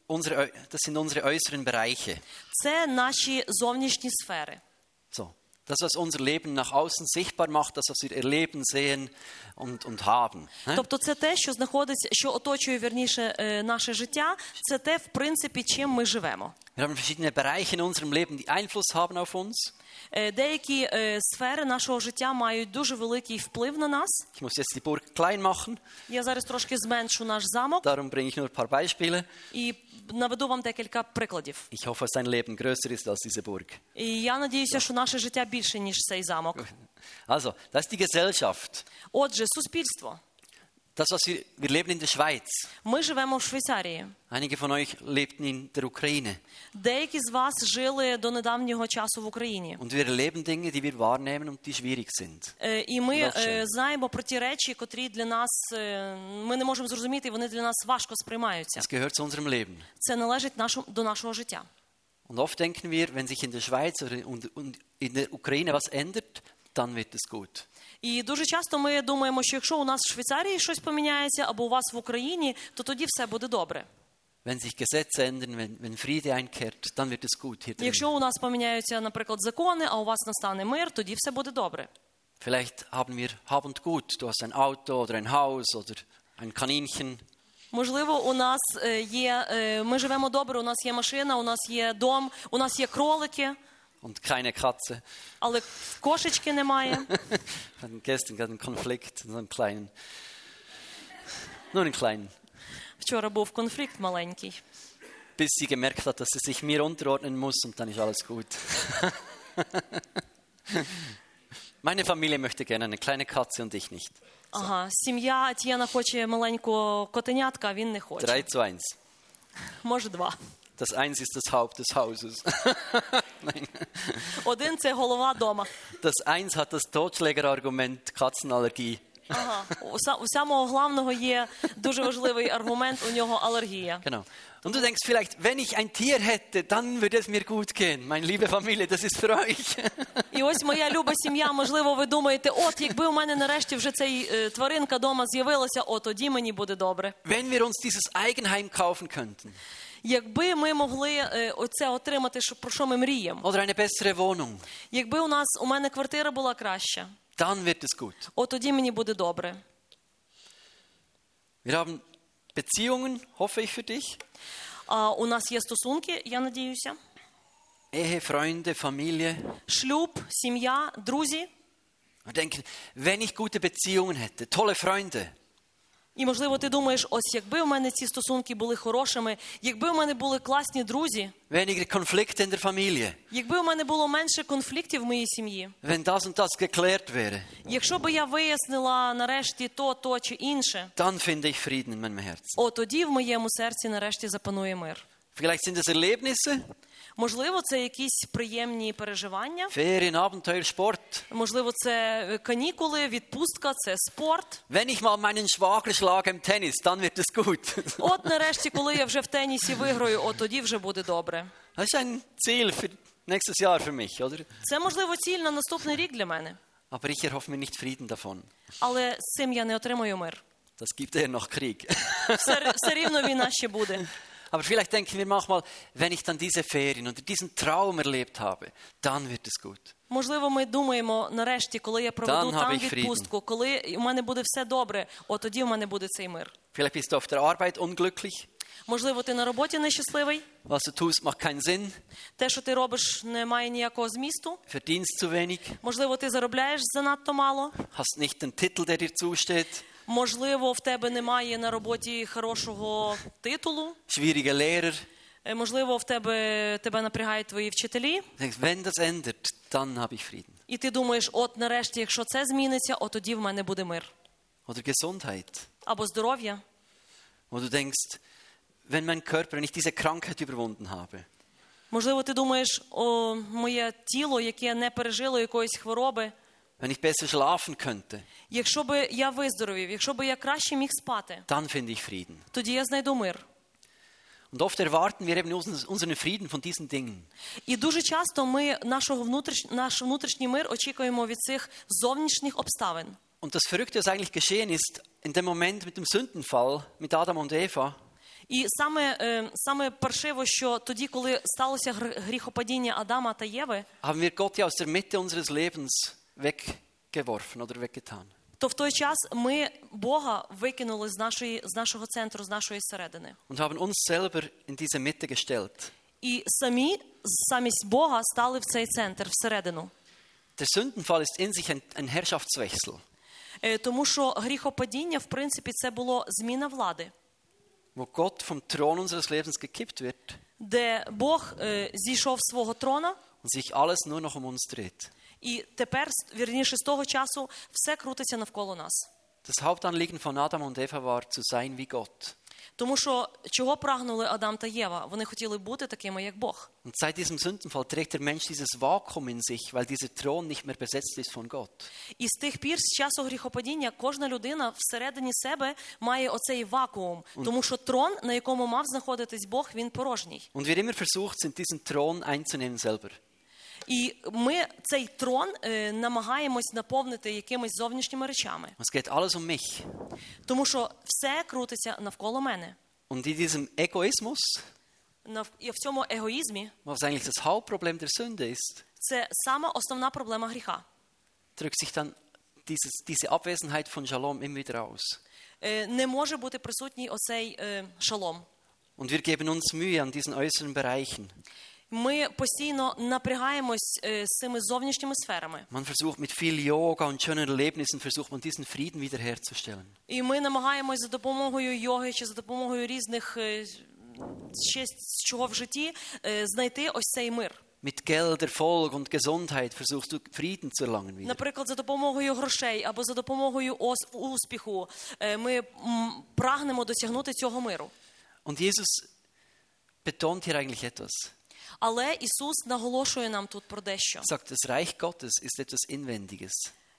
[SPEAKER 1] unsere, äu- das sind unsere äußeren Bereiche.
[SPEAKER 2] Це наші зовнішні сфери.
[SPEAKER 1] So. Das, was unser Leben nach außen sichtbar macht, das, was wir erleben, sehen und, und haben. ne?
[SPEAKER 2] Тобто, це те, що знаходиться, що оточує вірніше е, наше життя. Це те, в принципі, чим ми живемо.
[SPEAKER 1] Wir haben verschiedene Bereiche in unserem Leben, die Einfluss haben auf uns.
[SPEAKER 2] Е, Деякі е, сфери нашого життя мають дуже великий вплив на нас.
[SPEAKER 1] Ich muss jetzt die Burg klein machen,
[SPEAKER 2] Я зараз трошки зменшу наш замок
[SPEAKER 1] darum bringe ich nur ein paar Beispiele.
[SPEAKER 2] і наведу вам декілька прикладів.
[SPEAKER 1] Ich hoffe, dass dein Leben größer ist als diese Burg.
[SPEAKER 2] І я надіюся, що наше життя більше ніж цей замок.
[SPEAKER 1] Also, das ist die Gesellschaft.
[SPEAKER 2] Отже, суспільство.
[SPEAKER 1] Das, was wir, wir leben in der Schweiz.
[SPEAKER 2] Ми живемо в Швейцарії.
[SPEAKER 1] Einige von euch lebten in der Ukraine.
[SPEAKER 2] Деякі з вас жили до недавнього часу в Україні.
[SPEAKER 1] Und wir erleben Dinge, die wir wahrnehmen und die schwierig sind.
[SPEAKER 2] Е, І ми
[SPEAKER 1] Легше.
[SPEAKER 2] е, знаємо про ті речі, котрі для нас е, ми не можемо зрозуміти, і вони для нас важко сприймаються.
[SPEAKER 1] Das gehört zu unserem Leben.
[SPEAKER 2] Це належить нашу, до нашого життя.
[SPEAKER 1] Und oft denken wir, wenn sich in der Schweiz oder in- und- und in der Ukraine was ändert, dann wird es gut.
[SPEAKER 2] І дуже часто ми думаємо, що якщо у нас в Швейцарії щось поміняється або у вас в Україні, то тоді все буде добре.
[SPEAKER 1] Wenn sich Gesetze ändern, wenn, wenn Friede einkehrt, dann wird es gut hier drin.
[SPEAKER 2] Якщо у нас поміняються, наприклад, закони, а у вас настане мир, тоді все буде добре.
[SPEAKER 1] Vielleicht haben wir Hab und Gut. Du hast ein Auto oder ein Haus oder ein Kaninchen.
[SPEAKER 2] Можливо, у нас е, є. е, Ми живемо добре. У нас є машина, у нас є дом, у нас є кролики.
[SPEAKER 1] Und keine Katze.
[SPEAKER 2] Але кошечки немає.
[SPEAKER 1] Wir hatten gestern gerade einen Konflikt, so einen kleinen. Nur einen kleinen.
[SPEAKER 2] Вчора був конфлікт маленький.
[SPEAKER 1] Bis sie gemerkt hat, dass sie sich mir unterordnen muss und dann ist alles gut. Meine Familie möchte gerne eine kleine Katze und ich nicht.
[SPEAKER 2] Ага, сім'я Тієна хоче маленького котенятка, а він не хоче.
[SPEAKER 1] 3 zu 1.
[SPEAKER 2] Може, два.
[SPEAKER 1] Das Eins ist das Haupt des Hauses.
[SPEAKER 2] Один це голова дома.
[SPEAKER 1] Das Eins hat das Totschlägerargument Katzenallergie.
[SPEAKER 2] Ага. У, са- у самого главного є дуже важливий аргумент, у нього алергія.
[SPEAKER 1] Genau. Und du denkst vielleicht, wenn ich ein Tier hätte, dann würde es mir gut gehen. Meine liebe Familie, das ist für euch.
[SPEAKER 2] І ось моя люба сім'я, можливо, ви думаєте, от якби у мене нарешті вже цей е, тваринка дома з'явилася, от тоді мені буде добре.
[SPEAKER 1] Wenn wir uns dieses Eigenheim kaufen könnten
[SPEAKER 2] Якби ми могли е, оце отримати, що про що ми мріємо,
[SPEAKER 1] oder eine bessere Wohnung,
[SPEAKER 2] якби у нас у мене квартира була краща,
[SPEAKER 1] dann wird es gut.
[SPEAKER 2] от тоді мені буде добре.
[SPEAKER 1] Wir haben Beziehungen, hoffe ich für dich.
[SPEAKER 2] А у нас є стосунки, я надіюся.
[SPEAKER 1] Ehe, Freunde, Familie.
[SPEAKER 2] Шлюб, сім'я, друзі.
[SPEAKER 1] Und denken, wenn ich gute Beziehungen hätte, tolle Freunde,
[SPEAKER 2] І можливо, ти думаєш, ось якби у мене ці стосунки були хорошими, якби у мене були класні друзі,
[SPEAKER 1] weniger Konflikte in der Familie,
[SPEAKER 2] якби у мене було менше конфліктів в моїй сім'ї,
[SPEAKER 1] wenn das und das geklärt wäre,
[SPEAKER 2] якщо би я вияснила нарешті то, то чи інше,
[SPEAKER 1] dann finde ich Frieden in meinem Herzen.
[SPEAKER 2] о тоді в моєму серці нарешті запанує мир.
[SPEAKER 1] Vielleicht sind es Erlebnisse,
[SPEAKER 2] Можливо, це якісь приємні переживання.
[SPEAKER 1] Ferien, Abenteuer, Sport.
[SPEAKER 2] Можливо, це е, канікули, відпустка, це спорт.
[SPEAKER 1] Wenn ich mal meinen Schwager schlage im Tennis, dann wird es gut.
[SPEAKER 2] От нарешті, коли я вже в тенісі виграю, от тоді вже буде добре.
[SPEAKER 1] Das ist ein Ziel für nächstes Jahr für mich, oder?
[SPEAKER 2] Це можливо ціль на наступний рік для мене,
[SPEAKER 1] Aber ich erhoffe mir nicht Frieden davon.
[SPEAKER 2] але з цим я не отримую мир.
[SPEAKER 1] Das gibt eher noch Krieg.
[SPEAKER 2] Все, все рівно війна ще буде.
[SPEAKER 1] Aber vielleicht denken wir manchmal, wenn ich dann diese Ferien oder diesen Traum erlebt habe, dann wird es gut.
[SPEAKER 2] Можливо, ми думаємо нарешті, коли я проведу
[SPEAKER 1] Dann habe
[SPEAKER 2] там
[SPEAKER 1] ich
[SPEAKER 2] відпустку, коли у мене буде все добре, от тоді в мене буде цей мир.
[SPEAKER 1] Vielleicht bist du auf der Arbeit unglücklich,
[SPEAKER 2] Можливо, ти на роботі нещасливий,
[SPEAKER 1] was du tust, macht keinen Sinn,
[SPEAKER 2] те, що ти робиш, не має ніякого змісту.
[SPEAKER 1] verdienst zu wenig,
[SPEAKER 2] Можливо, ти заробляєш занадто мало.
[SPEAKER 1] hast nicht den Titel, der dir zusteht,
[SPEAKER 2] Можливо, в тебе немає на роботі хорошого титулу.
[SPEAKER 1] schwierige Lehrer.
[SPEAKER 2] Е, Можливо, в тебе тебе напрягають твої вчителі,
[SPEAKER 1] Du Denkst, wenn das ändert, dann habe ich Frieden.
[SPEAKER 2] і ти думаєш, от нарешті, якщо це зміниться, от тоді в мене буде мир
[SPEAKER 1] Oder Gesundheit,
[SPEAKER 2] або здоров'я.
[SPEAKER 1] wo du denkst, wenn mein Körper, wenn ich diese Krankheit überwunden habe,
[SPEAKER 2] Можливо, ти думаєш, о, моє тіло, яке не пережило якоїсь хвороби.
[SPEAKER 1] wenn ich besser schlafen könnte,
[SPEAKER 2] Якщо би я виздоровів, якщо би я краще міг спати,
[SPEAKER 1] dann finde ich Frieden.
[SPEAKER 2] тоді я знайду мир.
[SPEAKER 1] Und oft erwarten wir eben uns- unseren Frieden von diesen Dingen.
[SPEAKER 2] І дуже часто ми нашого внутріш... наш внутрішній мир очікуємо від цих зовнішніх обставин.
[SPEAKER 1] Und das Verrückte, was eigentlich geschehen ist, in dem Moment mit dem Sündenfall, mit Adam und Eva,
[SPEAKER 2] І саме, е, саме паршиво, що тоді, коли сталося гр- гріхопадіння Адама та Єви,
[SPEAKER 1] haben wir Gott ja aus der Mitte unseres Lebens weggeworfen oder weggetan.
[SPEAKER 2] то в той час ми Бога викинули з, нашої, з нашого центру, з нашої середини.
[SPEAKER 1] Und haben uns selber in diese Mitte gestellt.
[SPEAKER 2] І самі, самість Бога стали в цей центр, всередину.
[SPEAKER 1] Der Sündenfall ist in sich ein, ein Herrschaftswechsel,
[SPEAKER 2] Е, Тому що гріхопадіння, в принципі, це було зміна влади,
[SPEAKER 1] wo Gott vom Thron unseres Lebens gekippt wird
[SPEAKER 2] де Бог е, зійшов з свого трона,
[SPEAKER 1] und sich alles nur noch um uns dreht.
[SPEAKER 2] і тепер, с- вірніше, з того часу все крутиться навколо нас.
[SPEAKER 1] Das Hauptanliegen von Adam und Eva war, zu sein wie Gott.
[SPEAKER 2] Тому що чого прагнули Адам та Єва? Вони хотіли бути такими, як Бог.
[SPEAKER 1] Und seit diesem Sündenfall trägt der Mensch dieses Vakuum in sich, weil dieser Thron nicht mehr besetzt ist von Gott.
[SPEAKER 2] І з тих пір, з часу гріхопадіння, кожна людина всередині себе має оцей вакуум, тому що трон, на якому мав знаходитись Бог, він порожній.
[SPEAKER 1] Und wir immer versucht sind, diesen Thron einzunehmen selber.
[SPEAKER 2] І ми цей трон е, намагаємось наповнити якимись зовнішніми речами,
[SPEAKER 1] Es geht alles um mich.
[SPEAKER 2] тому що все крутиться навколо мене.
[SPEAKER 1] Und in diesem Egoismus,
[SPEAKER 2] Нав- І в цьому егоїзмі
[SPEAKER 1] was eigentlich das Hauptproblem der Sünde ist,
[SPEAKER 2] це сама основна проблема гріха.
[SPEAKER 1] drückt sich dann dieses, diese Abwesenheit von Shalom immer wieder aus.
[SPEAKER 2] Е, Не може бути присутній оцей е, шалом.
[SPEAKER 1] Und wir geben uns Mühe an diesen äußeren Bereichen.
[SPEAKER 2] Ми постійно напрягаємось е, з цими зовнішніми сферами.
[SPEAKER 1] Man versucht mit viel Yoga und schönen Erlebnissen, versucht man diesen Frieden wiederherzustellen.
[SPEAKER 2] І ми намагаємось за допомогою йоги чи за допомогою різних е, ще з чого в житті е, знайти ось цей мир.
[SPEAKER 1] Mit Geld, Erfolg und Gesundheit versuchst du Frieden zu erlangen wieder.
[SPEAKER 2] Наприклад, за допомогою грошей або за допомогою ос- успіху е, ми м, прагнемо досягнути цього миру.
[SPEAKER 1] Und Jesus betont hier eigentlich etwas.
[SPEAKER 2] Але Ісус наголошує нам тут про дещо.
[SPEAKER 1] Er sagt, das Reich Gottes ist etwas Inwendiges.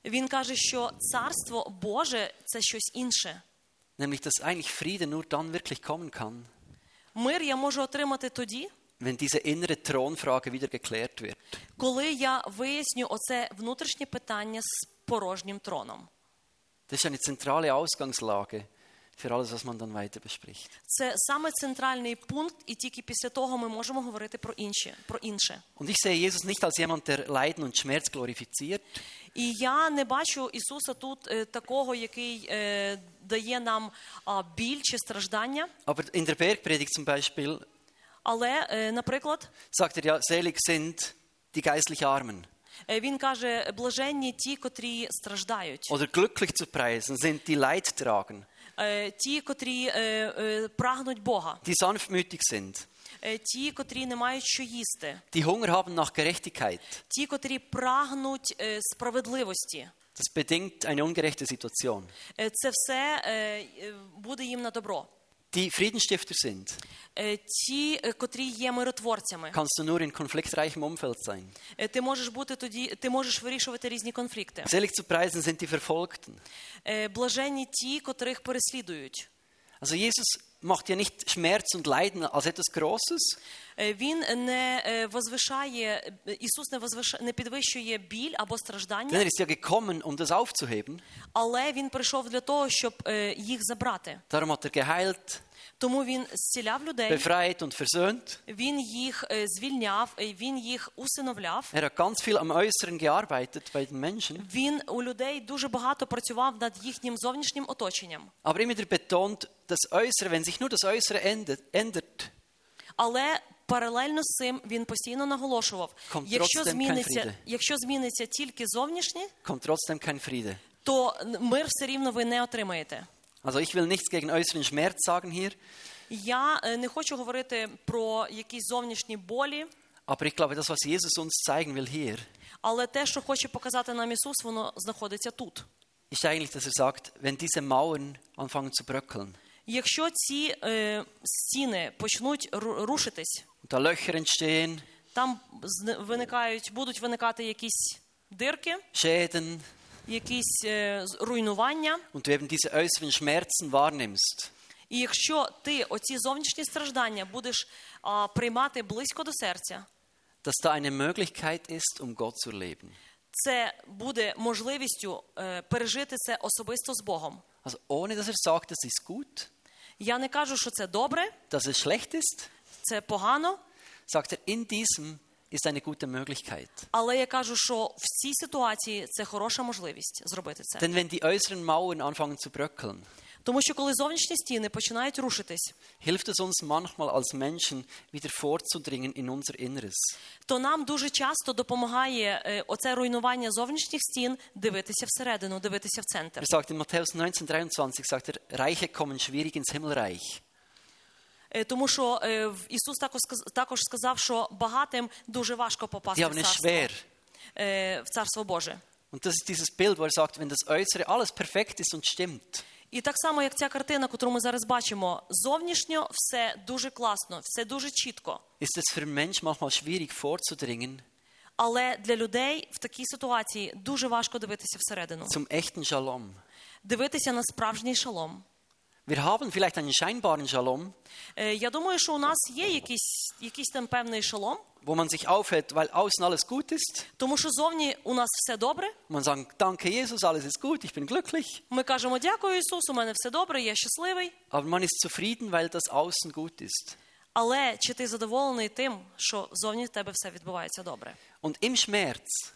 [SPEAKER 2] Він каже, що царство Боже це щось інше.
[SPEAKER 1] Nämlich, dass eigentlich Frieden nur dann wirklich kommen kann,
[SPEAKER 2] Мир я можу отримати тоді,
[SPEAKER 1] wenn diese innere Thronfrage wieder geklärt wird.
[SPEAKER 2] коли я виясню оце внутрішнє питання з порожнім троном.
[SPEAKER 1] Das ist eine zentrale Ausgangslage für alles, was man dann weiter bespricht.
[SPEAKER 2] Це саме центральний пункт, і тільки після того ми можемо говорити про інше. Про інше.
[SPEAKER 1] Und ich sehe Jesus nicht als jemand, der Leiden und Schmerz glorifiziert,
[SPEAKER 2] І я не бачу Ісуса тут е, такого, який е, дає нам а, біль чи страждання.
[SPEAKER 1] aber in der Bergpredigt zum Beispiel
[SPEAKER 2] Але, е, наприклад,
[SPEAKER 1] sagt er ja, selig sind die geistlich Armen.
[SPEAKER 2] Е, Він каже: блаженні ті, котрі страждають,
[SPEAKER 1] Oder glücklich zu preisen sind die Leidtragenden,
[SPEAKER 2] Е, ті, котрі е, е, прагнуть Бога,
[SPEAKER 1] die sanftmütig sind,
[SPEAKER 2] Е, ті, котрі не мають що їсти,
[SPEAKER 1] die Hunger haben nach Gerechtigkeit.
[SPEAKER 2] ті, котрі прагнуть е, справедливості.
[SPEAKER 1] Das bedingt eine ungerechte Situation.
[SPEAKER 2] Е, Це все е, е, буде їм на добро.
[SPEAKER 1] Die Friedenstifter sind,
[SPEAKER 2] Е, Ті, е, котрі є миротворцями,
[SPEAKER 1] kannst du nur in konfliktreichem Umfeld sein.
[SPEAKER 2] Е, ти можеш бути тоді, ти можеш вирішувати різні конфлікти.
[SPEAKER 1] Selig zu preisen sind die Verfolgten.
[SPEAKER 2] Е, Блаженні ті, котрих переслідують.
[SPEAKER 1] Also Jesus macht ja nicht Schmerz und Leiden als etwas Großes,
[SPEAKER 2] Е, Він не е, возвишає, е, Ісус не возвиш- не підвищує біль або
[SPEAKER 1] denn
[SPEAKER 2] страждання,
[SPEAKER 1] er ist ja gekommen, um das aufzuheben.
[SPEAKER 2] але він прийшов для того, щоб е, їх забрати.
[SPEAKER 1] Darum hat er geheilt,
[SPEAKER 2] Тому він зціляв людей,
[SPEAKER 1] befreit und versöhnt.
[SPEAKER 2] він їх е, звільняв, е, він їх усиновляв.
[SPEAKER 1] Er hat ganz viel am Äußeren gearbeitet bei den Menschen,
[SPEAKER 2] Він у людей дуже багато працював над їхнім зовнішнім оточенням,
[SPEAKER 1] aber immer wieder betont, das Äußere, wenn sich nur das Äußere ändert, ändert
[SPEAKER 2] але паралельно з цим він постійно наголошував:
[SPEAKER 1] Kom
[SPEAKER 2] якщо
[SPEAKER 1] trotzdem kein Friede.
[SPEAKER 2] зміниться, якщо зміниться тільки зовнішнє,
[SPEAKER 1] kommt trotzdem kein Friede.
[SPEAKER 2] то н- мир все рівно ви не отримаєте.
[SPEAKER 1] Also ich will nichts gegen äußeren Schmerz sagen hier,
[SPEAKER 2] Я е, не хочу говорити про якісь зовнішні болі,
[SPEAKER 1] aber ich glaube, das, was Jesus uns zeigen will hier,
[SPEAKER 2] але те, що хоче показати нам Ісус, воно знаходиться тут.
[SPEAKER 1] ist eigentlich, dass er sagt, wenn diese Mauern anfangen zu bröckeln
[SPEAKER 2] Якщо ці е, стіни почнуть ру- рушитись,
[SPEAKER 1] und da Löcher entstehen,
[SPEAKER 2] там зни- виникають, будуть виникати якісь дирки,
[SPEAKER 1] Schäden
[SPEAKER 2] якісь е, з- руйнування.
[SPEAKER 1] und du eben diese äußeren Schmerzen wahrnimmst,
[SPEAKER 2] І якщо ти оці зовнішні страждання будеш а, приймати близько до серця,
[SPEAKER 1] dass da eine Möglichkeit ist, um Gott zu leben.
[SPEAKER 2] це буде можливістю е, пережити це особисто з Богом.
[SPEAKER 1] Also ohne dass er sagt, das ist gut,
[SPEAKER 2] Я не кажу, що це добре,
[SPEAKER 1] dass es schlecht ist,
[SPEAKER 2] це погано,
[SPEAKER 1] sagt er, in diesem ist eine gute Möglichkeit.
[SPEAKER 2] але я кажу, що в цій ситуації це хороша можливість зробити це.
[SPEAKER 1] Denn wenn die äußeren Mauern anfangen zu bröckeln,
[SPEAKER 2] Тому що коли зовнішні стіни починають рушитись,
[SPEAKER 1] hilft es uns manchmal als Menschen wieder vorzudringen in unser Inneres.
[SPEAKER 2] то нам дуже часто допомагає е, оце руйнування зовнішніх стін дивитися всередину, дивитися в центр.
[SPEAKER 1] Er sagt in Matthäus 19,23, sagt er, Reiche kommen schwierig ins Himmelreich.
[SPEAKER 2] Е, Тому що е, в- Ісус також сказ- також сказав, що багатим дуже важко
[SPEAKER 1] Die
[SPEAKER 2] попасти
[SPEAKER 1] haben
[SPEAKER 2] в
[SPEAKER 1] es
[SPEAKER 2] царство,
[SPEAKER 1] schwer.
[SPEAKER 2] е, в царство Боже.
[SPEAKER 1] Und das ist dieses Bild, wo er sagt, wenn das Äußere alles perfekt ist und stimmt,
[SPEAKER 2] І так само, як ця картина, яку ми зараз бачимо, зовнішньо все дуже класно, все дуже чітко.
[SPEAKER 1] ist es für einen Menschen manchmal schwierig vorzudringen
[SPEAKER 2] Але для людей в такій ситуації дуже важко дивитися всередину,
[SPEAKER 1] zum echten Shalom.
[SPEAKER 2] дивитися на справжній шалом.
[SPEAKER 1] Wir haben vielleicht einen scheinbaren Shalom,
[SPEAKER 2] Е, Я думаю, що у нас є якийсь, якийсь там певний шалом,
[SPEAKER 1] wo man sich aufhält, weil außen alles gut ist.
[SPEAKER 2] тому що зовні у нас все добре.
[SPEAKER 1] Und man sagt, danke Jesus, alles ist gut, ich bin glücklich.
[SPEAKER 2] Ми кажемо дякую Ісус, у мене все добре, я щасливий.
[SPEAKER 1] Aber man ist zufrieden, weil das Außen gut ist.
[SPEAKER 2] Але чи ти задоволений тим, що зовні в тебе все відбувається добре?
[SPEAKER 1] Und im Schmerz,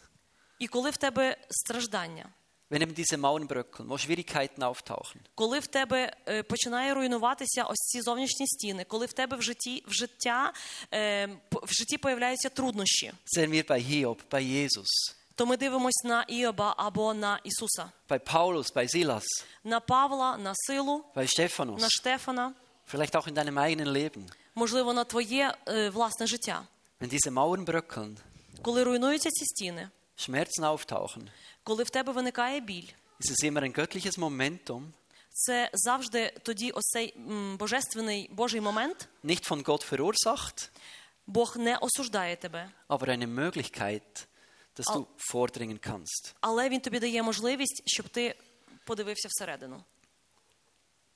[SPEAKER 2] І коли в тебе страждання,
[SPEAKER 1] wenn eben diese Mauern bröckeln, wo Schwierigkeiten auftauchen,
[SPEAKER 2] коли в тебе е, починає руйнуватися ось ці зовнішні стіни, коли в тебе в житті в життя е, п- в житті появляються труднощі,
[SPEAKER 1] sehen wir bei Hiob, bei Jesus,
[SPEAKER 2] то ми дивимось на Іоба або на Ісуса,
[SPEAKER 1] bei Paulus, bei Silas,
[SPEAKER 2] на Павла, на Силу,
[SPEAKER 1] bei Stephanus,
[SPEAKER 2] на Штефана,
[SPEAKER 1] vielleicht auch in deinem eigenen Leben.
[SPEAKER 2] можливо, на твоє е, власне життя.
[SPEAKER 1] Wenn diese Mauern bröckeln,
[SPEAKER 2] Коли руйнуються ці стіни,
[SPEAKER 1] Schmerzen auftauchen,
[SPEAKER 2] коли в тебе виникає біль,
[SPEAKER 1] ist es immer ein göttliches Momentum,
[SPEAKER 2] це завжди тоді ось цей м, божественний Божий момент.
[SPEAKER 1] nicht von Gott verursacht,
[SPEAKER 2] Бог не осуждає тебе,
[SPEAKER 1] aber eine Möglichkeit, dass du
[SPEAKER 2] Oh.
[SPEAKER 1] vordringen kannst.
[SPEAKER 2] але він тобі дає можливість, щоб ти подивився всередину.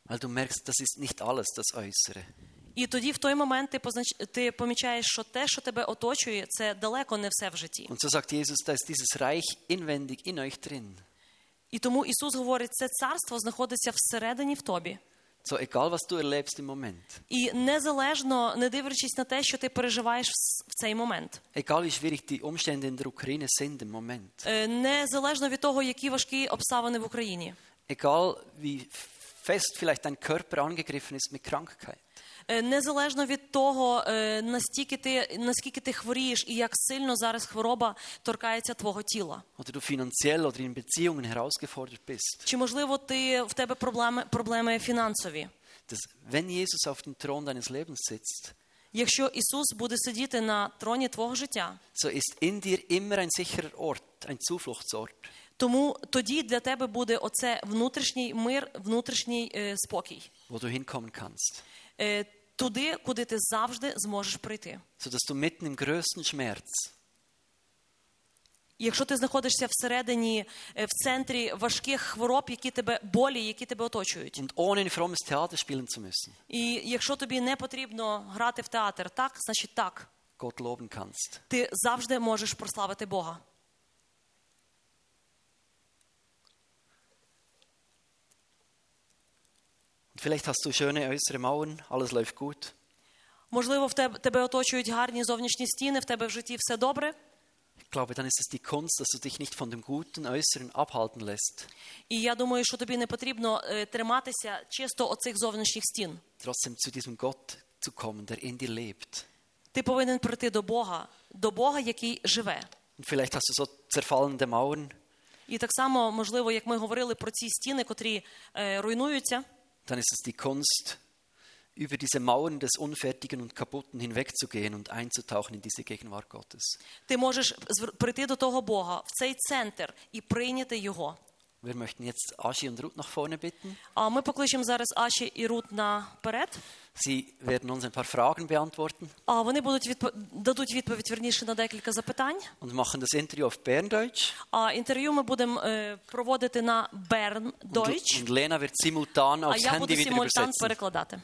[SPEAKER 1] Weil du merkst, das ist nicht alles das Äußere.
[SPEAKER 2] І тоді в той момент ти познач... ти помічаєш, що те, що тебе оточує, це далеко не все в житті.
[SPEAKER 1] Und so sagt Jesus, da ist dieses Reich inwendig in euch drin.
[SPEAKER 2] І тому Ісус говорить, це царство знаходиться всередині в тобі.
[SPEAKER 1] So egal, was du erlebst im Moment,
[SPEAKER 2] І незалежно, не дивлячись на те, що ти переживаєш в с- в цей момент,
[SPEAKER 1] egal wie schwierig die Umstände in der Ukraine sind im Moment,
[SPEAKER 2] Е, незалежно від того, які важкі обставини в Україні,
[SPEAKER 1] egal wie fest vielleicht dein Körper angegriffen ist mit Krankheit,
[SPEAKER 2] Е, Незалежно від того, е, настільки ти, наскільки ти хворієш і як сильно зараз хвороба торкається твого тіла.
[SPEAKER 1] oder du finanziell oder in Beziehungen herausgefordert bist.
[SPEAKER 2] Чи можливо ти в тебе проблеми, проблеми фінансові?
[SPEAKER 1] Dass, wenn Jesus auf dem Thron deines Lebens sitzt,
[SPEAKER 2] Якщо Ісус буде сидіти на троні твого життя,
[SPEAKER 1] so ist in dir immer ein sicherer Ort, ein Zufluchtsort.
[SPEAKER 2] тому тоді для тебе буде оце внутрішній мир, внутрішній е, спокій,
[SPEAKER 1] wo du hinkommen kannst,
[SPEAKER 2] е, туди, куди ти завжди зможеш прийти.
[SPEAKER 1] sodass du mitten im größten Schmerz
[SPEAKER 2] Якщо ти знаходишся всередині, е, в центрі важких хвороб, які тебе болі, які тебе оточують,
[SPEAKER 1] und ohne ein frommes Theater spielen zu müssen,
[SPEAKER 2] і якщо тобі не потрібно грати в театр, так значить так.
[SPEAKER 1] Gott loben kannst.
[SPEAKER 2] Ти завжди можеш прославити Бога.
[SPEAKER 1] Und vielleicht hast du schöne äußere Mauern, alles läuft gut,
[SPEAKER 2] Можливо, в тебе, тебе оточують гарні зовнішні стіни, в тебе в житті все добре.
[SPEAKER 1] Ich glaube, dann ist es die Kunst, dass du dich nicht von dem guten Äußeren abhalten lässt.
[SPEAKER 2] І я думаю, що тобі не потрібно е, триматися чисто оцих зовнішніх стін.
[SPEAKER 1] Trotzdem zu diesem Gott zu kommen, der in dir lebt.
[SPEAKER 2] Ти повинен прийти до Бога, до Бога, який живе.
[SPEAKER 1] Und vielleicht hast du so zerfallende Mauern,
[SPEAKER 2] І так само, можливо, як ми говорили про ці стіни, котрі е, руйнуються,
[SPEAKER 1] dann ist es die Kunst, über diese Mauern des Unfertigen und Kaputten hinwegzugehen und einzutauchen in diese Gegenwart Gottes.
[SPEAKER 2] ти можеш звер- прийти до того Бога в цей центр і прийняти його.
[SPEAKER 1] Wir möchten jetzt Aschi und Ruth nach vorne bitten.
[SPEAKER 2] А ми покличемо зараз Аші і Рут наперед.
[SPEAKER 1] Sie werden uns ein paar Fragen beantworten
[SPEAKER 2] А вони будуть відпо- дадуть відповідь верніше на декілька запитань.
[SPEAKER 1] und machen das Interview auf Berndeutsch.
[SPEAKER 2] А інтерв'ю ми будемо е, проводити на Берн
[SPEAKER 1] Und,
[SPEAKER 2] Deutsch, Ah
[SPEAKER 1] und Lena wird simultan
[SPEAKER 2] а
[SPEAKER 1] aufs
[SPEAKER 2] я буду
[SPEAKER 1] Handy wieder
[SPEAKER 2] симультан
[SPEAKER 1] übersetzen.
[SPEAKER 2] перекладати.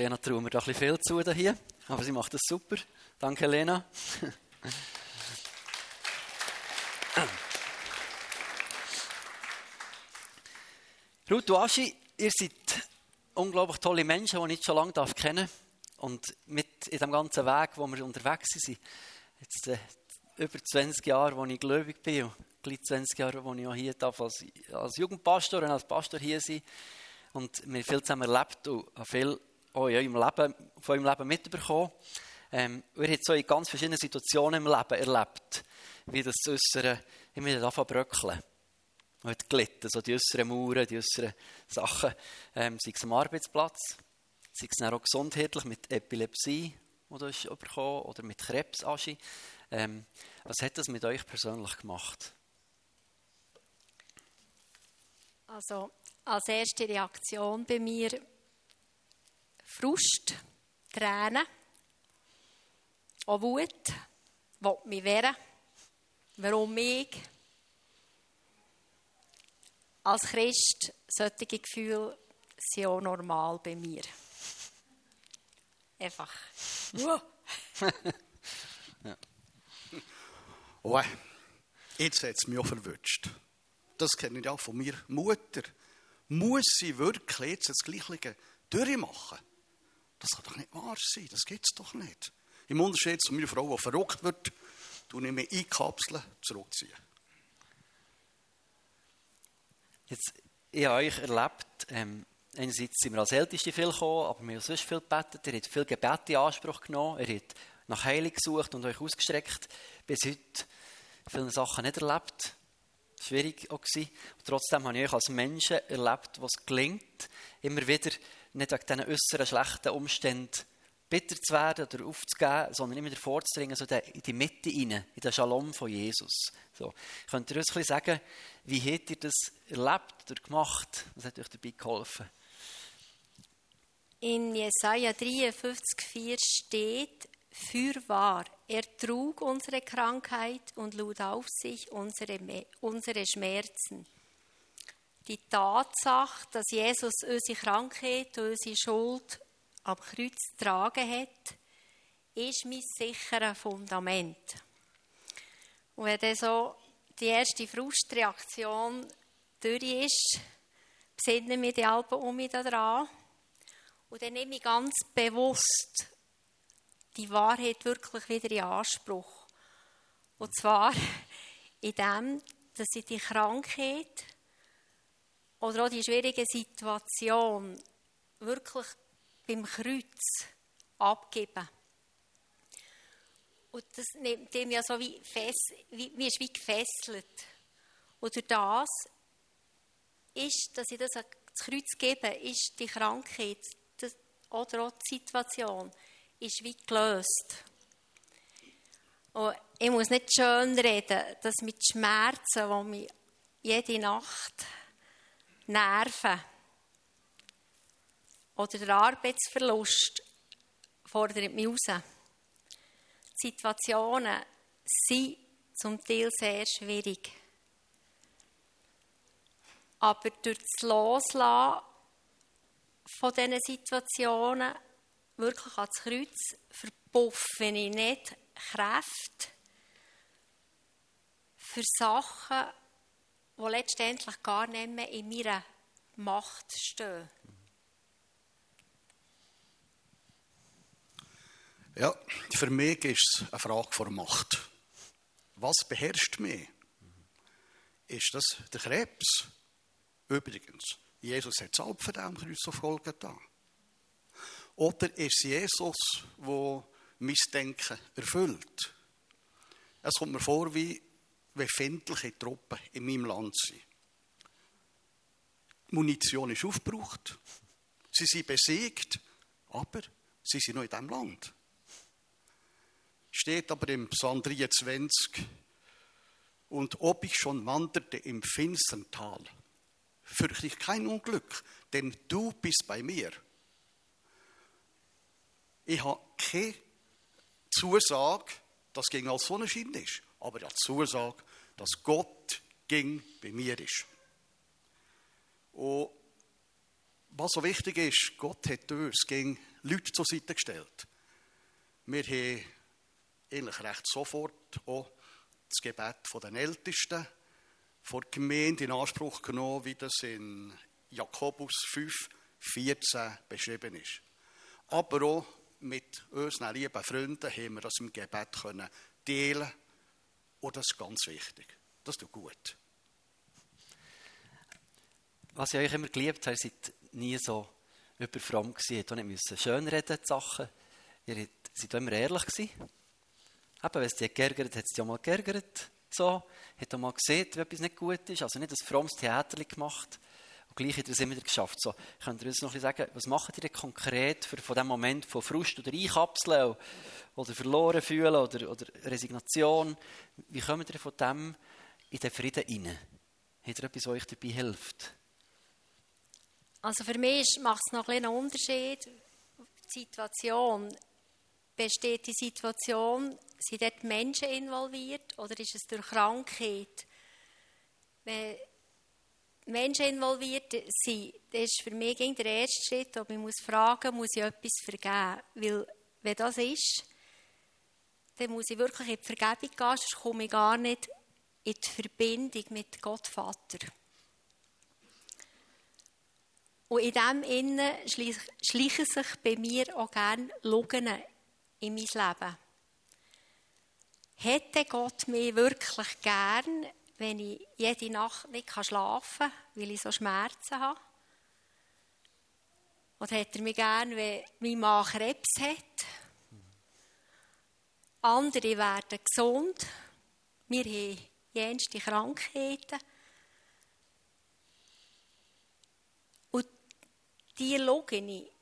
[SPEAKER 1] Lena trauen wir da ein bisschen viel zu da hier, aber sie macht das super. Danke, Lena. Ruth und Aschi, ihr seid unglaublich tolle Menschen, die ich schon lange darf kennen Und mit in dem ganzen Weg, wo wir unterwegs sind, jetzt äh, über 20 Jahre, wo ich gläubig bin, und gleich 20 Jahre, wo ich auch hier darf als, als Jugendpastor und als Pastor hier sein Und wir haben viel zusammen erlebt und auch viel auch in eurem Leben, von eurem Leben mitbekommen. Ähm, und ihr habt so in ganz verschiedenen Situationen im Leben erlebt, wie das zu äußern, immer wieder anfangen zu bröckeln. Und hat gelitten, so die äußeren Mauern, die äußeren Sachen, ähm, sei es am Arbeitsplatz, sei es dann auch gesundheitlich mit Epilepsie, die du hast bekommen oder mit Krebs, Aschi. Ähm, was hat das mit euch persönlich gemacht?
[SPEAKER 3] Also als erste Reaktion bei mir Frust, Tränen, auch Wut, will mich wehren, warum ich. Als Christ, solche Gefühle sind auch normal bei mir. Einfach. Wow.
[SPEAKER 4] Oh, jetzt hat es mich auch verwünscht. Das kenne ich auch von mir Mutter. Muss sie wirklich jetzt das Gleiche durchmachen? Das kann doch nicht wahr sein, das gibt es doch nicht. Im Unterschied zu meiner Frau, die verrückt wird, du ich mich einkapseln, zurückziehen.
[SPEAKER 1] Jetzt, ich habe euch erlebt, ähm, einerseits sind wir als Älteste viel gekommen, aber wir haben sonst viel gebetet. Ihr habt viel Gebet in Anspruch genommen, ihr habt nach Heilung gesucht und euch ausgestreckt. Bis heute viele Sachen nicht erlebt. Schwierig auch gewesen. Und trotzdem habe ich euch als Menschen erlebt, was gelingt, immer wieder nicht wegen diesen äußeren schlechten Umständen bitter zu werden oder aufzugeben, sondern immer wieder vorzudringen, so der- in die Mitte rein, in den Shalom von Jesus. So. Könnt ihr uns ein bisschen sagen, wie habt ihr das erlebt oder gemacht? Was hat euch dabei geholfen?
[SPEAKER 3] In Jesaja 53,4 steht: Fürwahr, er trug unsere Krankheit und lud auf sich unsere, Me- unsere Schmerzen. Die Tatsache, dass Jesus unsere Krankheit, unsere Schuld am Kreuz tragen hat, ist mein sicheres Fundament. Und wenn dann so die erste Frustreaktion durch ist, besinne ich mich die Alpen um mich daran. Und dann nehme ich ganz bewusst die Wahrheit wirklich wieder in Anspruch. Und zwar in dem, dass ich die Krankheit Oder auch die schwierige Situation wirklich beim Kreuz abgeben. Und das nimmt ihm ja so wie, fest, wie, wie ist wie gefesselt. Und durch das ist, dass ich das ans Kreuz gebe, ist die Krankheit das, oder auch die Situation ist wie gelöst. Und ich muss nicht schön reden, dass mit Schmerzen, die mich jede Nacht nerven, oder der Arbeitsverlust fordert mich raus. Die Situationen sind zum Teil sehr schwierig. Aber durch das Loslassen von diesen Situationen wirklich ans Kreuz verpuffe ich nicht Kräfte für Sachen, die letztendlich gar nicht mehr in meiner Macht stehen.
[SPEAKER 4] Ja, für mich ist es eine Frage von Macht. Was beherrscht mich? Ist das der Krebs? Übrigens, Jesus hat es auch für den Kreuz auf Golgatha. Oder ist es Jesus, der mein Denken erfüllt? Es kommt mir vor, wie befindliche Truppen in meinem Land sind. Die Munition ist aufgebraucht. Sie sind besiegt, aber sie sind noch in diesem Land steht aber im Psalm 23, und ob ich schon wanderte im finstern Tal, fürchte ich kein Unglück, denn du bist bei mir. Ich habe keine Zusage, dass gegen als Sonnenschein ist, aber eine Zusage, dass Gott ging bei mir ist. Und was so wichtig ist, Gott hat uns gegen Leute zur Seite gestellt. Wir haben eigentlich recht sofort auch das Gebet der Ältesten vor der Gemeinde in Anspruch genommen, wie das in Jakobus 5, 14 beschrieben ist. Aber auch mit unseren lieben Freunden haben wir das im Gebet können teilen und das ist ganz wichtig. Das tut gut.
[SPEAKER 1] Was ich euch immer geliebt habe, seid nie so überfromm gewesen. Ihr müsst nicht schönreden, die Sachen. Ihr seid immer ehrlich gewesen. Eben, wenn es dich geärgert hat, es dich auch mal geärgert. So, hat auch mal gesehen, wie etwas nicht gut ist. Also nicht ein frommes Theater gemacht. Und gleich hat er es immer wieder geschafft. So, könnt ihr uns noch ein bisschen sagen, was macht ihr denn konkret für, von dem Moment von Frust oder Einkapseln oder verloren fühlen oder, oder Resignation? Wie kommt ihr von dem in den Frieden rein? Hat ihr etwas, was euch dabei hilft?
[SPEAKER 3] Also für mich macht es noch ein bisschen einen Unterschied. Die Situation besteht die Situation, sind dort Menschen involviert oder ist es durch Krankheit? Wenn Menschen involviert sind, das ist für mich der erste Schritt, ob ich muss fragen muss, ich etwas vergeben. Weil, wenn das ist, dann muss ich wirklich in die Vergebung gehen, sonst komme ich gar nicht in die Verbindung mit Gott Vater. Und in dem Innen schleichen sich bei mir auch gerne Lügen in mein Leben. Hätte Gott mich wirklich gern, wenn ich jede Nacht nicht schlafen kann, weil ich so Schmerzen habe? Oder hätte er mich gern, wenn mein Mann Krebs hat? Andere werden gesund. Wir haben jenste Krankheiten. Und die schaue ich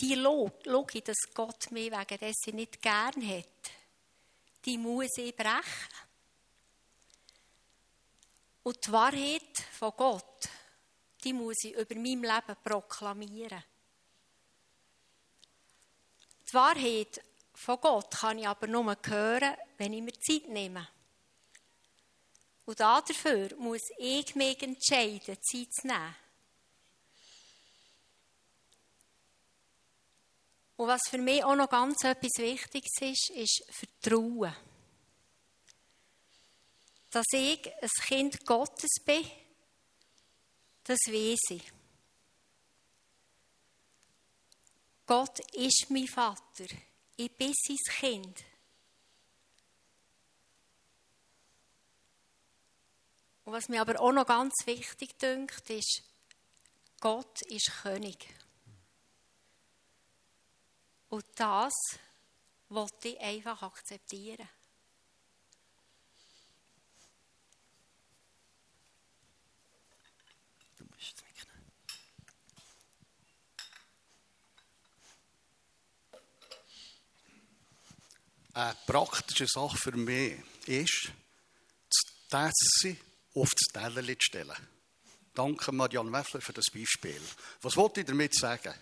[SPEAKER 3] die Logik, dass Gott mich wegen dessen nicht gern hat, die muss ich brechen. Und die Wahrheit von Gott, die muss ich über mein Leben proklamieren. Die Wahrheit von Gott kann ich aber nur hören, wenn ich mir Zeit nehme. Und dafür muss ich mich entscheiden, Zeit zu nehmen. Und was für mich auch noch ganz etwas Wichtiges ist, ist Vertrauen. Dass ich ein Kind Gottes bin, das weiß ich. Gott ist mein Vater. Ich bin sein Kind. Und was mir aber auch noch ganz wichtig dünkt, ist Gott ist König. Und das wollte ich einfach akzeptieren.
[SPEAKER 1] Du musst zwicken.
[SPEAKER 4] Eine praktische Sache für mich ist, das Tessi auf das Teller zu stellen. Danke Marianne Weffler für das Beispiel. Was wollte ich damit sagen?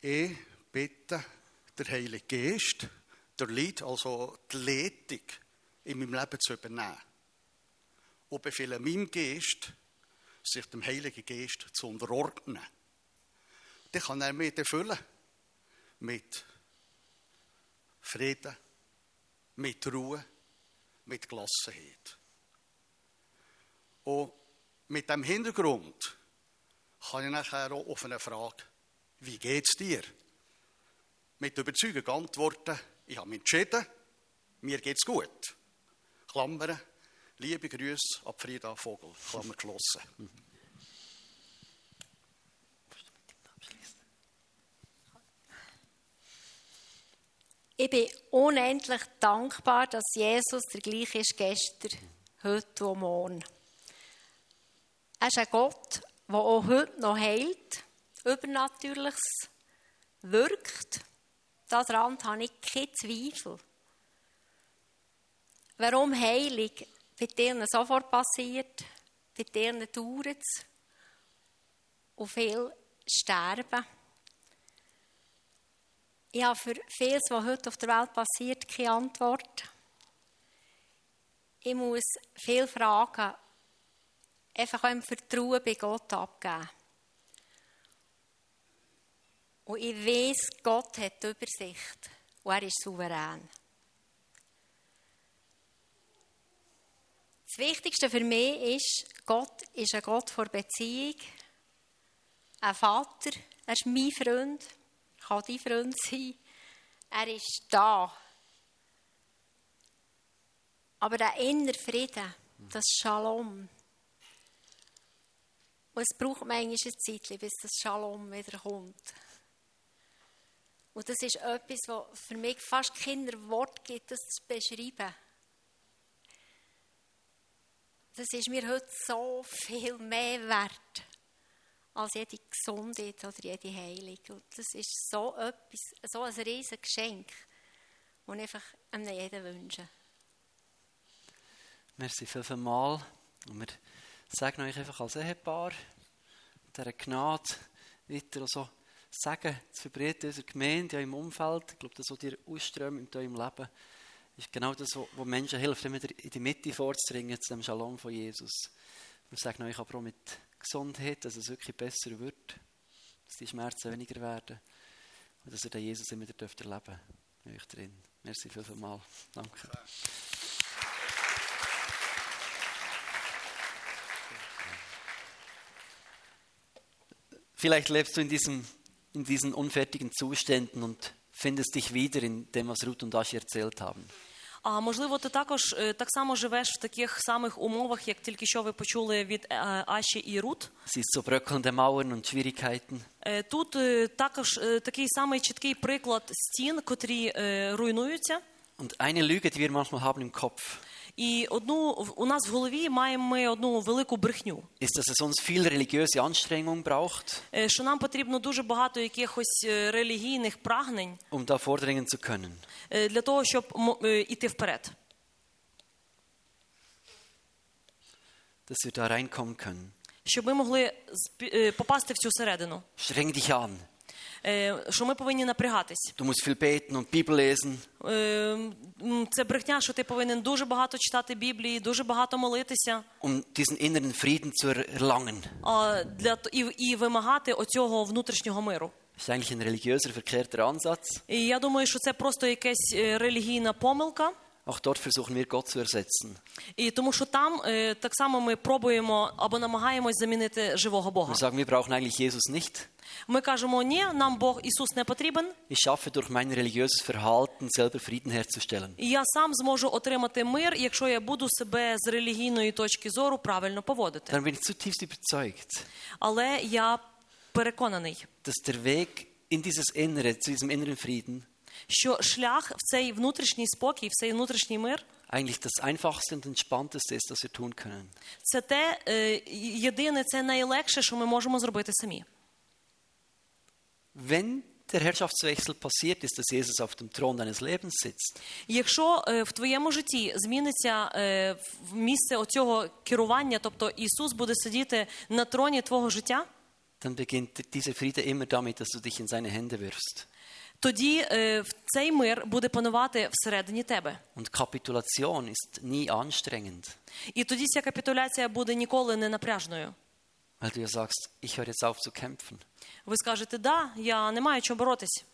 [SPEAKER 4] Ich bitte der Heilige Geist, der Leid, also die Leitung in meinem Leben zu übernehmen. Und befehle meinem Geist, sich dem Heiligen Geist zu unterordnen. Dann kann er mich erfüllen mit Frieden, mit Ruhe, mit Gelassenheit. Und mit dem Hintergrund kann ich nachher auch auf eine Frage, wie geht's dir? Mit Überzeugung antworten, ich habe mich entschieden, mir geht's gut. Klammern, liebe Grüße ab Frieda Vogel, Klammer geschlossen.
[SPEAKER 3] Ich bin unendlich dankbar, dass Jesus der gleiche ist gestern, heute und morgen. Er ist ein Gott, der auch heute noch heilt, Übernatürliches wirkt. Daran habe ich keinen Zweifel. Warum Heilung bei denen sofort passiert, bei denen dauert es und viele sterben. Ich habe für vieles, was heute auf der Welt passiert, keine Antwort. Ich muss viele Fragen einfach auch im Vertrauen bei Gott abgeben. Und ich weiß, Gott hat die Übersicht und er ist souverän. Das Wichtigste für mich ist, Gott ist ein Gott vor Beziehung, ein Vater, er ist mein Freund, kann dein Freund sein. Er ist da. Aber der innere Frieden, das Shalom, und es braucht manchmal eine Zeit, bis das Shalom wieder kommt. Und das ist etwas, was für mich fast kein Wort gibt, das zu beschreiben. Das ist mir heute so viel mehr wert als jede Gesundheit oder jede Heilung. Und das ist so etwas, so ein riesiges Geschenk, das ich einfach einem jeden wünsche.
[SPEAKER 1] Merci viel, viel mal. Und wir segnen euch einfach als Ehepaar mit dieser Gnade weiter so Segen zu verbreiten in unserer Gemeinde, ja, im Umfeld. Ich glaube, das, was dir ausströmt in deinem Leben, ist genau das, was was Menschen hilft, immer wieder in die Mitte vorzudringen, zu dem Shalom von Jesus. Wir segnen euch aber auch mit Gesundheit, dass es wirklich besser wird, dass die Schmerzen weniger werden und dass ihr den Jesus immer wieder dürft erleben in euch drin. Merci viel, viel mal. Danke. Vielleicht lebst du in, diesem, in diesen unfertigen Zuständen und findest dich wieder in dem, was Ruth und Aschi erzählt haben.
[SPEAKER 2] А можливо, ти також е, так само живеш в таких самих умовах, як тільки що ви почули від е, Аші і Рут.
[SPEAKER 1] Siehst so bröckelnde Mauern und Schwierigkeiten.
[SPEAKER 2] Е, Тут е, також е, такий самий чіткий приклад стін, котрі е, руйнуються.
[SPEAKER 1] Und eine Lüge, die wir manchmal haben im Kopf,
[SPEAKER 2] І одну в- у нас в голові маємо ми одну велику брехню,
[SPEAKER 1] ist, dass es uns viel religiöse Anstrengung braucht,
[SPEAKER 2] е, що нам потрібно дуже багато якихось е, релігійних прагнень
[SPEAKER 1] um da vordringen zu können.
[SPEAKER 2] е, для того, щоб м- е, іти вперед,
[SPEAKER 1] Dass wir da reinkommen können.
[SPEAKER 2] щоб ми могли з- е, попасти в цю середину.
[SPEAKER 1] Streng dich an.
[SPEAKER 2] Е, Що ми повинні напрягатись.
[SPEAKER 1] Du musst viel beten und Bibel lesen.
[SPEAKER 2] Е, м, Це брехня, що ти повинен дуже багато читати Біблії, дуже багато молитися
[SPEAKER 1] um diesen inneren Frieden zu er- erlangen.
[SPEAKER 2] а, для т- і, і вимагати оцього внутрішнього миру.
[SPEAKER 1] Das ist eigentlich ein religiöser, verkehrter Ansatz,
[SPEAKER 2] І я думаю, що це просто якась е, релігійна помилка,
[SPEAKER 1] Auch dort versuchen wir Gott zu ersetzen.
[SPEAKER 2] І тому що там е, так само ми пробуємо або намагаємось замінити живого Бога.
[SPEAKER 1] Wir sagen, wir brauchen eigentlich Jesus nicht.
[SPEAKER 2] Ми кажемо, ні, нам Бог Ісус не потрібен,
[SPEAKER 1] Ich schaffe durch mein religiöses Verhalten selber Frieden herzustellen.
[SPEAKER 2] і я сам зможу отримати мир, якщо я буду себе з релігійної точки зору правильно поводити.
[SPEAKER 1] Dann bin ich zutiefst überzeugt,
[SPEAKER 2] Але я переконаний,
[SPEAKER 1] dass der Weg in dieses Innere, zu diesem inneren Frieden,
[SPEAKER 2] що шлях в цей внутрішній спокій, в цей внуtrішній мир
[SPEAKER 1] eigentlich das einfachste und entspannteste ist, das wir tun können.
[SPEAKER 2] це те е, єдине, це найлегше, що ми можемо зробити самі.
[SPEAKER 1] Wenn der Herrschaftswechsel passiert ist, dass Jesus auf dem Thron deines Lebens sitzt,
[SPEAKER 2] Якщо е, в твоєму житті зміниться е, в- місце оцього керування, тобто Ісус буде сидіти на троні твого життя,
[SPEAKER 1] dann beginnt dieser Friede immer damit, dass du dich in seine Hände wirfst.
[SPEAKER 2] тоді е, в- цей мир буде панувати всередині тебе.
[SPEAKER 1] Und Kapitulation ist nie anstrengend,
[SPEAKER 2] І тоді ця капітуляція буде ніколи не напряжною.
[SPEAKER 1] weil du ja sagst, ich höre jetzt auf zu kämpfen.
[SPEAKER 2] Ви скажете, да, я не маю чого боротись.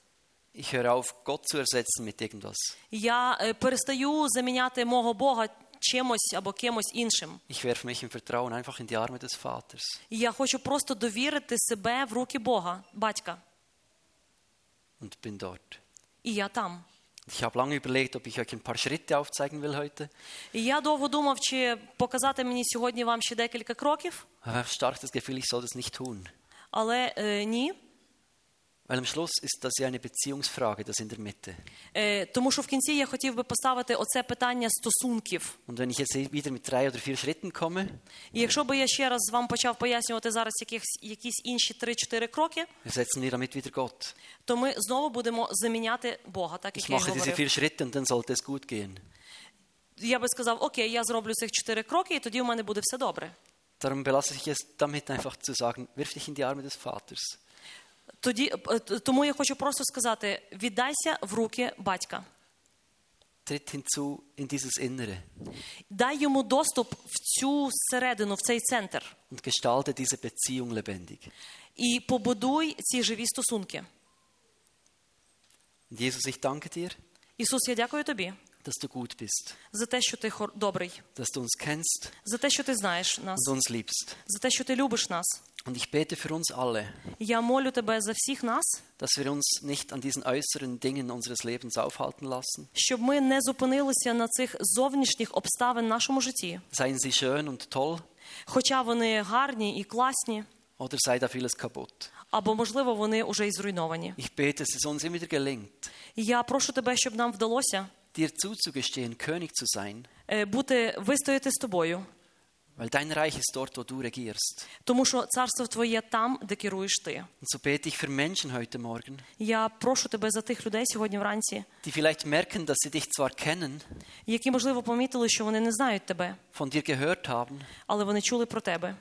[SPEAKER 1] Ich höre auf, Gott zu ersetzen mit irgendwas.
[SPEAKER 2] Я е, перестаю заміняти мого Бога чимось або кимось іншим.
[SPEAKER 1] Ich werfe mich im Vertrauen einfach in die Arme des Vaters.
[SPEAKER 2] І Я хочу просто довірити себе в руки Бога, батька.
[SPEAKER 1] und bin dort.
[SPEAKER 2] І я там.
[SPEAKER 1] Ich habe lange überlegt, ob ich euch ein paar Schritte aufzeigen will heute.
[SPEAKER 2] І я довго думав, чи показати мені сьогодні вам ще декілька кроків,
[SPEAKER 1] Aber ich habe stark das Gefühl, ich soll das nicht tun.
[SPEAKER 2] але е, ні.
[SPEAKER 1] Weil am Schluss ist das ja eine Beziehungsfrage, das in der Mitte.
[SPEAKER 2] Е, тому що в кінці я хотів би поставити оце питання стосунків.
[SPEAKER 1] Und wenn ich jetzt wieder mit drei oder vier Schritten komme,
[SPEAKER 2] І якщо би я ще раз вам почав пояснювати зараз якихось, якісь інші 3-4 кроки,
[SPEAKER 1] ersetzen wir damit wieder Gott.
[SPEAKER 2] то ми знову будемо заміняти Бога, так
[SPEAKER 1] Ich
[SPEAKER 2] як я й
[SPEAKER 1] mache diese
[SPEAKER 2] говорив.
[SPEAKER 1] vier Schritte und dann sollte es gut gehen.
[SPEAKER 2] Я би сказав, окей, я зроблю цих 4 кроки, і тоді в мене буде все добре.
[SPEAKER 1] Darum belasse ich es damit einfach zu sagen, wirf dich in die Arme des Vaters.
[SPEAKER 2] Тоді е, т- тому я хочу просто сказати: віддайся в руки батька,
[SPEAKER 1] Tritt hinzu in dieses Innere
[SPEAKER 2] дай йому доступ в цю середину, в цей центр,
[SPEAKER 1] und gestalte diese Beziehung lebendig.
[SPEAKER 2] і побудуй ці живі стосунки.
[SPEAKER 1] Und Jesus, ich danke dir,
[SPEAKER 2] Ісус, я дякую тобі
[SPEAKER 1] dass du gut bist,
[SPEAKER 2] за те, що ти хор- добрий,
[SPEAKER 1] dass du uns kennst
[SPEAKER 2] за те, що ти знаєш нас,
[SPEAKER 1] und uns liebst.
[SPEAKER 2] за те, що ти любиш нас.
[SPEAKER 1] Und ich bete für uns alle,
[SPEAKER 2] Я молю тебе за всіх нас,
[SPEAKER 1] dass wir uns nicht an diesen äußeren Dingen unseres Lebens aufhalten lassen,
[SPEAKER 2] щоб ми не зупинилися на цих зовнішніх обставин в нашому житті,
[SPEAKER 1] seien sie schön und toll
[SPEAKER 2] хоча вони гарні і класні,
[SPEAKER 1] oder sei da vieles kaputt.
[SPEAKER 2] або можливо вони вже і зруйновані.
[SPEAKER 1] Ich bete, dass es uns immer wieder gelingt,
[SPEAKER 2] Я прошу тебе, щоб нам вдалося
[SPEAKER 1] dir zuzugestehen, König zu sein,
[SPEAKER 2] е, бути вистояти з тобою,
[SPEAKER 1] weil dein Reich ist dort, wo du regierst.
[SPEAKER 2] тому що царство твоє там, де керуєш ти.
[SPEAKER 1] Und so bete ich für Menschen heute Morgen,
[SPEAKER 2] Я прошу тебе за тих людей сьогодні вранці,
[SPEAKER 1] die vielleicht merken, dass sie dich zwar kennen,
[SPEAKER 2] які можливо помітили, що вони не знають тебе,
[SPEAKER 1] von dir gehört haben,
[SPEAKER 2] але вони чули про тебе.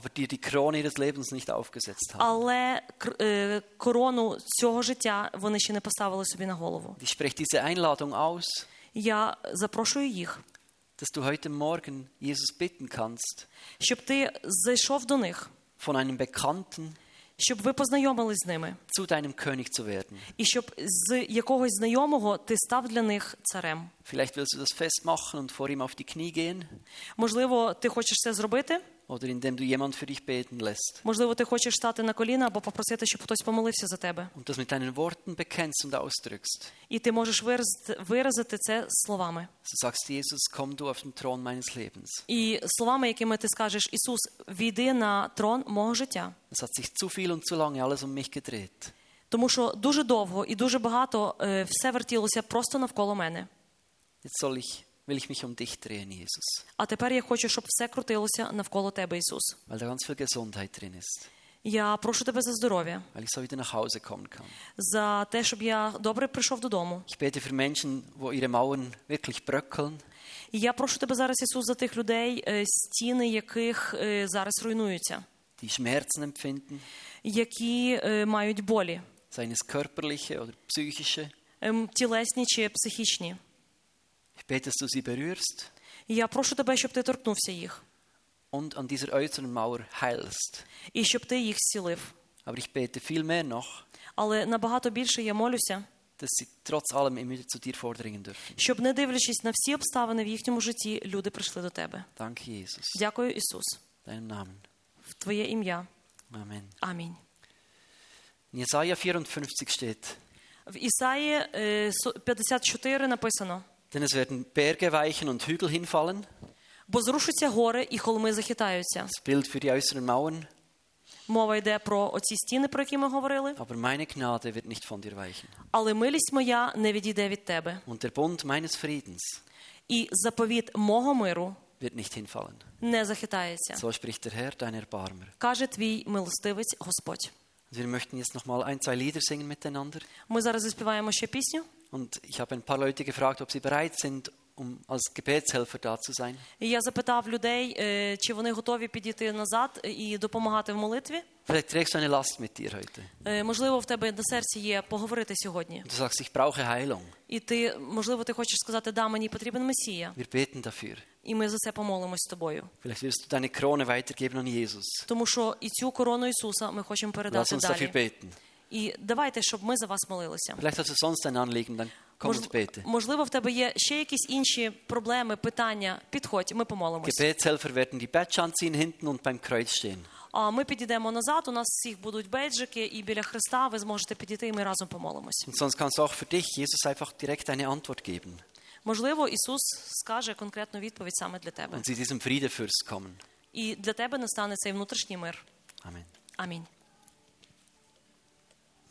[SPEAKER 1] aber dir die Krone ihres Lebens nicht aufgesetzt haben.
[SPEAKER 2] Але кр- е, корону цього життя вони ще не поставили собі на голову.
[SPEAKER 1] Ich spreche diese Einladung aus,
[SPEAKER 2] Я запрошую їх,
[SPEAKER 1] dass du heute Morgen Jesus bitten kannst,
[SPEAKER 2] щоб ти зайшов до них,
[SPEAKER 1] von einem Bekannten
[SPEAKER 2] щоб ви познайомились з ними,
[SPEAKER 1] zu deinem König zu werden.
[SPEAKER 2] і щоб з якогось знайомого ти став для них царем.
[SPEAKER 1] Vielleicht willst du das festmachen und vor ihm auf die Knie gehen
[SPEAKER 2] Можливо, ти хочеш це зробити.
[SPEAKER 1] oder indem du jemand für dich beten lässt
[SPEAKER 2] Можливо, ти хочеш стати на коліна або попросити, щоб хтось помолився за тебе.
[SPEAKER 1] und das mit deinen Worten bekennst und ausdrückst.
[SPEAKER 2] І ти можеш виразити, виразити це словами.
[SPEAKER 1] So sagst du, Jesus, komm du auf den Thron meines Lebens.
[SPEAKER 2] І словами, якими ти скажеш, Ісус, війди на трон мого життя.
[SPEAKER 1] Es hat sich zu viel und zu lange alles um mich gedreht.
[SPEAKER 2] Тому що дуже довго і дуже багато е, все вертілося просто навколо мене.
[SPEAKER 1] Jetzt soll ich, will ich mich um dich drehen, Jesus,
[SPEAKER 2] А тепер я хочу, щоб все крутилося навколо тебе, Ісус.
[SPEAKER 1] weil da ganz viel Gesundheit drin ist,
[SPEAKER 2] Я прошу тебе за здоров'я,
[SPEAKER 1] weil ich so wieder nach Hause kommen kann.
[SPEAKER 2] за те, щоб я добре прийшов додому.
[SPEAKER 1] Ich bete für Menschen, wo ihre Mauern wirklich bröckeln,
[SPEAKER 2] І я прошу тебе зараз, Ісус, за тих людей, е, стіни яких е, зараз руйнуються,
[SPEAKER 1] die Schmerzen empfinden,
[SPEAKER 2] які е, мають болі,
[SPEAKER 1] seien es körperliche oder psychische.
[SPEAKER 2] ем, тілесні чи психічні.
[SPEAKER 1] Ich bete, dass du sie berührst
[SPEAKER 2] І я прошу тебе, щоб ти торкнувся їх
[SPEAKER 1] und an dieser äußeren Mauer heilst.
[SPEAKER 2] і щоб ти їх зцілив.
[SPEAKER 1] Aber ich bete vielmehr noch,
[SPEAKER 2] Але набагато більше я молюся,
[SPEAKER 1] dass sie trotz allem immer wieder zu dir vordringen dürfen.
[SPEAKER 2] щоб, не дивлячись на всі обставини в їхньому житті, люди прийшли до тебе.
[SPEAKER 1] Danke, Jesus.
[SPEAKER 2] Дякую, Ісус,
[SPEAKER 1] Deinem Namen.
[SPEAKER 2] в Твоє ім'я.
[SPEAKER 1] Amen.
[SPEAKER 2] Амінь.
[SPEAKER 1] In Jesaja 54 steht,
[SPEAKER 2] В Ісаї е, со- 54 написано:
[SPEAKER 1] denn es werden Berge weichen und Hügel hinfallen.
[SPEAKER 2] бо зрушаться гори і холми захитаються.
[SPEAKER 1] Das Bild für die äußeren Mauern.
[SPEAKER 2] Мова йде про оці стіни, про які ми говорили.
[SPEAKER 1] Aber meine Gnade wird nicht von dir weichen.
[SPEAKER 2] Але милість моя не відійде від тебе,
[SPEAKER 1] Und der Bund meines Friedens
[SPEAKER 2] і заповіт мого миру
[SPEAKER 1] wird nicht hinfallen.
[SPEAKER 2] не захитається.
[SPEAKER 1] So spricht der Herr, dein Erbarmer.
[SPEAKER 2] Каже твій милостивець Господь.
[SPEAKER 1] Und wir möchten jetzt nochmal ein, zwei Lieder singen miteinander.
[SPEAKER 2] Ми зараз заспіваємо ще пісню.
[SPEAKER 1] Und ich habe ein paar Leute gefragt, ob sie bereit sind, um als Gebetshelfer da zu sein.
[SPEAKER 2] І я запитав людей, е, чи вони готові підійти назад і допомагати в молитві.
[SPEAKER 1] Vielleicht trägst du eine Last mit dir heute.
[SPEAKER 2] Е, Можливо, в тебе на серці є поговорити сьогодні,
[SPEAKER 1] Und du sagst, ich brauche Heilung.
[SPEAKER 2] і ти, можливо, ти хочеш сказати, да, мені потрібен Месія,
[SPEAKER 1] Wir beten dafür.
[SPEAKER 2] і ми за це помолимось з тобою.
[SPEAKER 1] Vielleicht wirst du deine Krone weitergeben an Jesus.
[SPEAKER 2] Тому що і цю корону Ісуса ми хочемо
[SPEAKER 1] Lass
[SPEAKER 2] передати
[SPEAKER 1] uns dafür
[SPEAKER 2] далі.
[SPEAKER 1] beten.
[SPEAKER 2] І давайте, щоб ми за вас молилися.
[SPEAKER 1] Vielleicht hast du sonst ein Anliegen, dann komm
[SPEAKER 2] Мож-
[SPEAKER 1] und bete.
[SPEAKER 2] Можливо, в тебе є ще якісь інші проблеми, питання. Підходь, ми помолимось.
[SPEAKER 1] Gebetshelfer werden die Badge anziehen hinten und beim Kreuz stehen.
[SPEAKER 2] А ми підійдемо назад. У нас всіх будуть бейджики, і біля Христа ви зможете підійти, і ми разом помолимось.
[SPEAKER 1] Und sonst kannst du auch für dich, Jesus, einfach direkt eine Antwort geben
[SPEAKER 2] Можливо, Ісус скаже конкретну відповідь саме для тебе,
[SPEAKER 1] und zu diesem Friedefürst kommen.
[SPEAKER 2] і для тебе настане цей внутрішній мир.
[SPEAKER 1] Amen.
[SPEAKER 2] Амінь.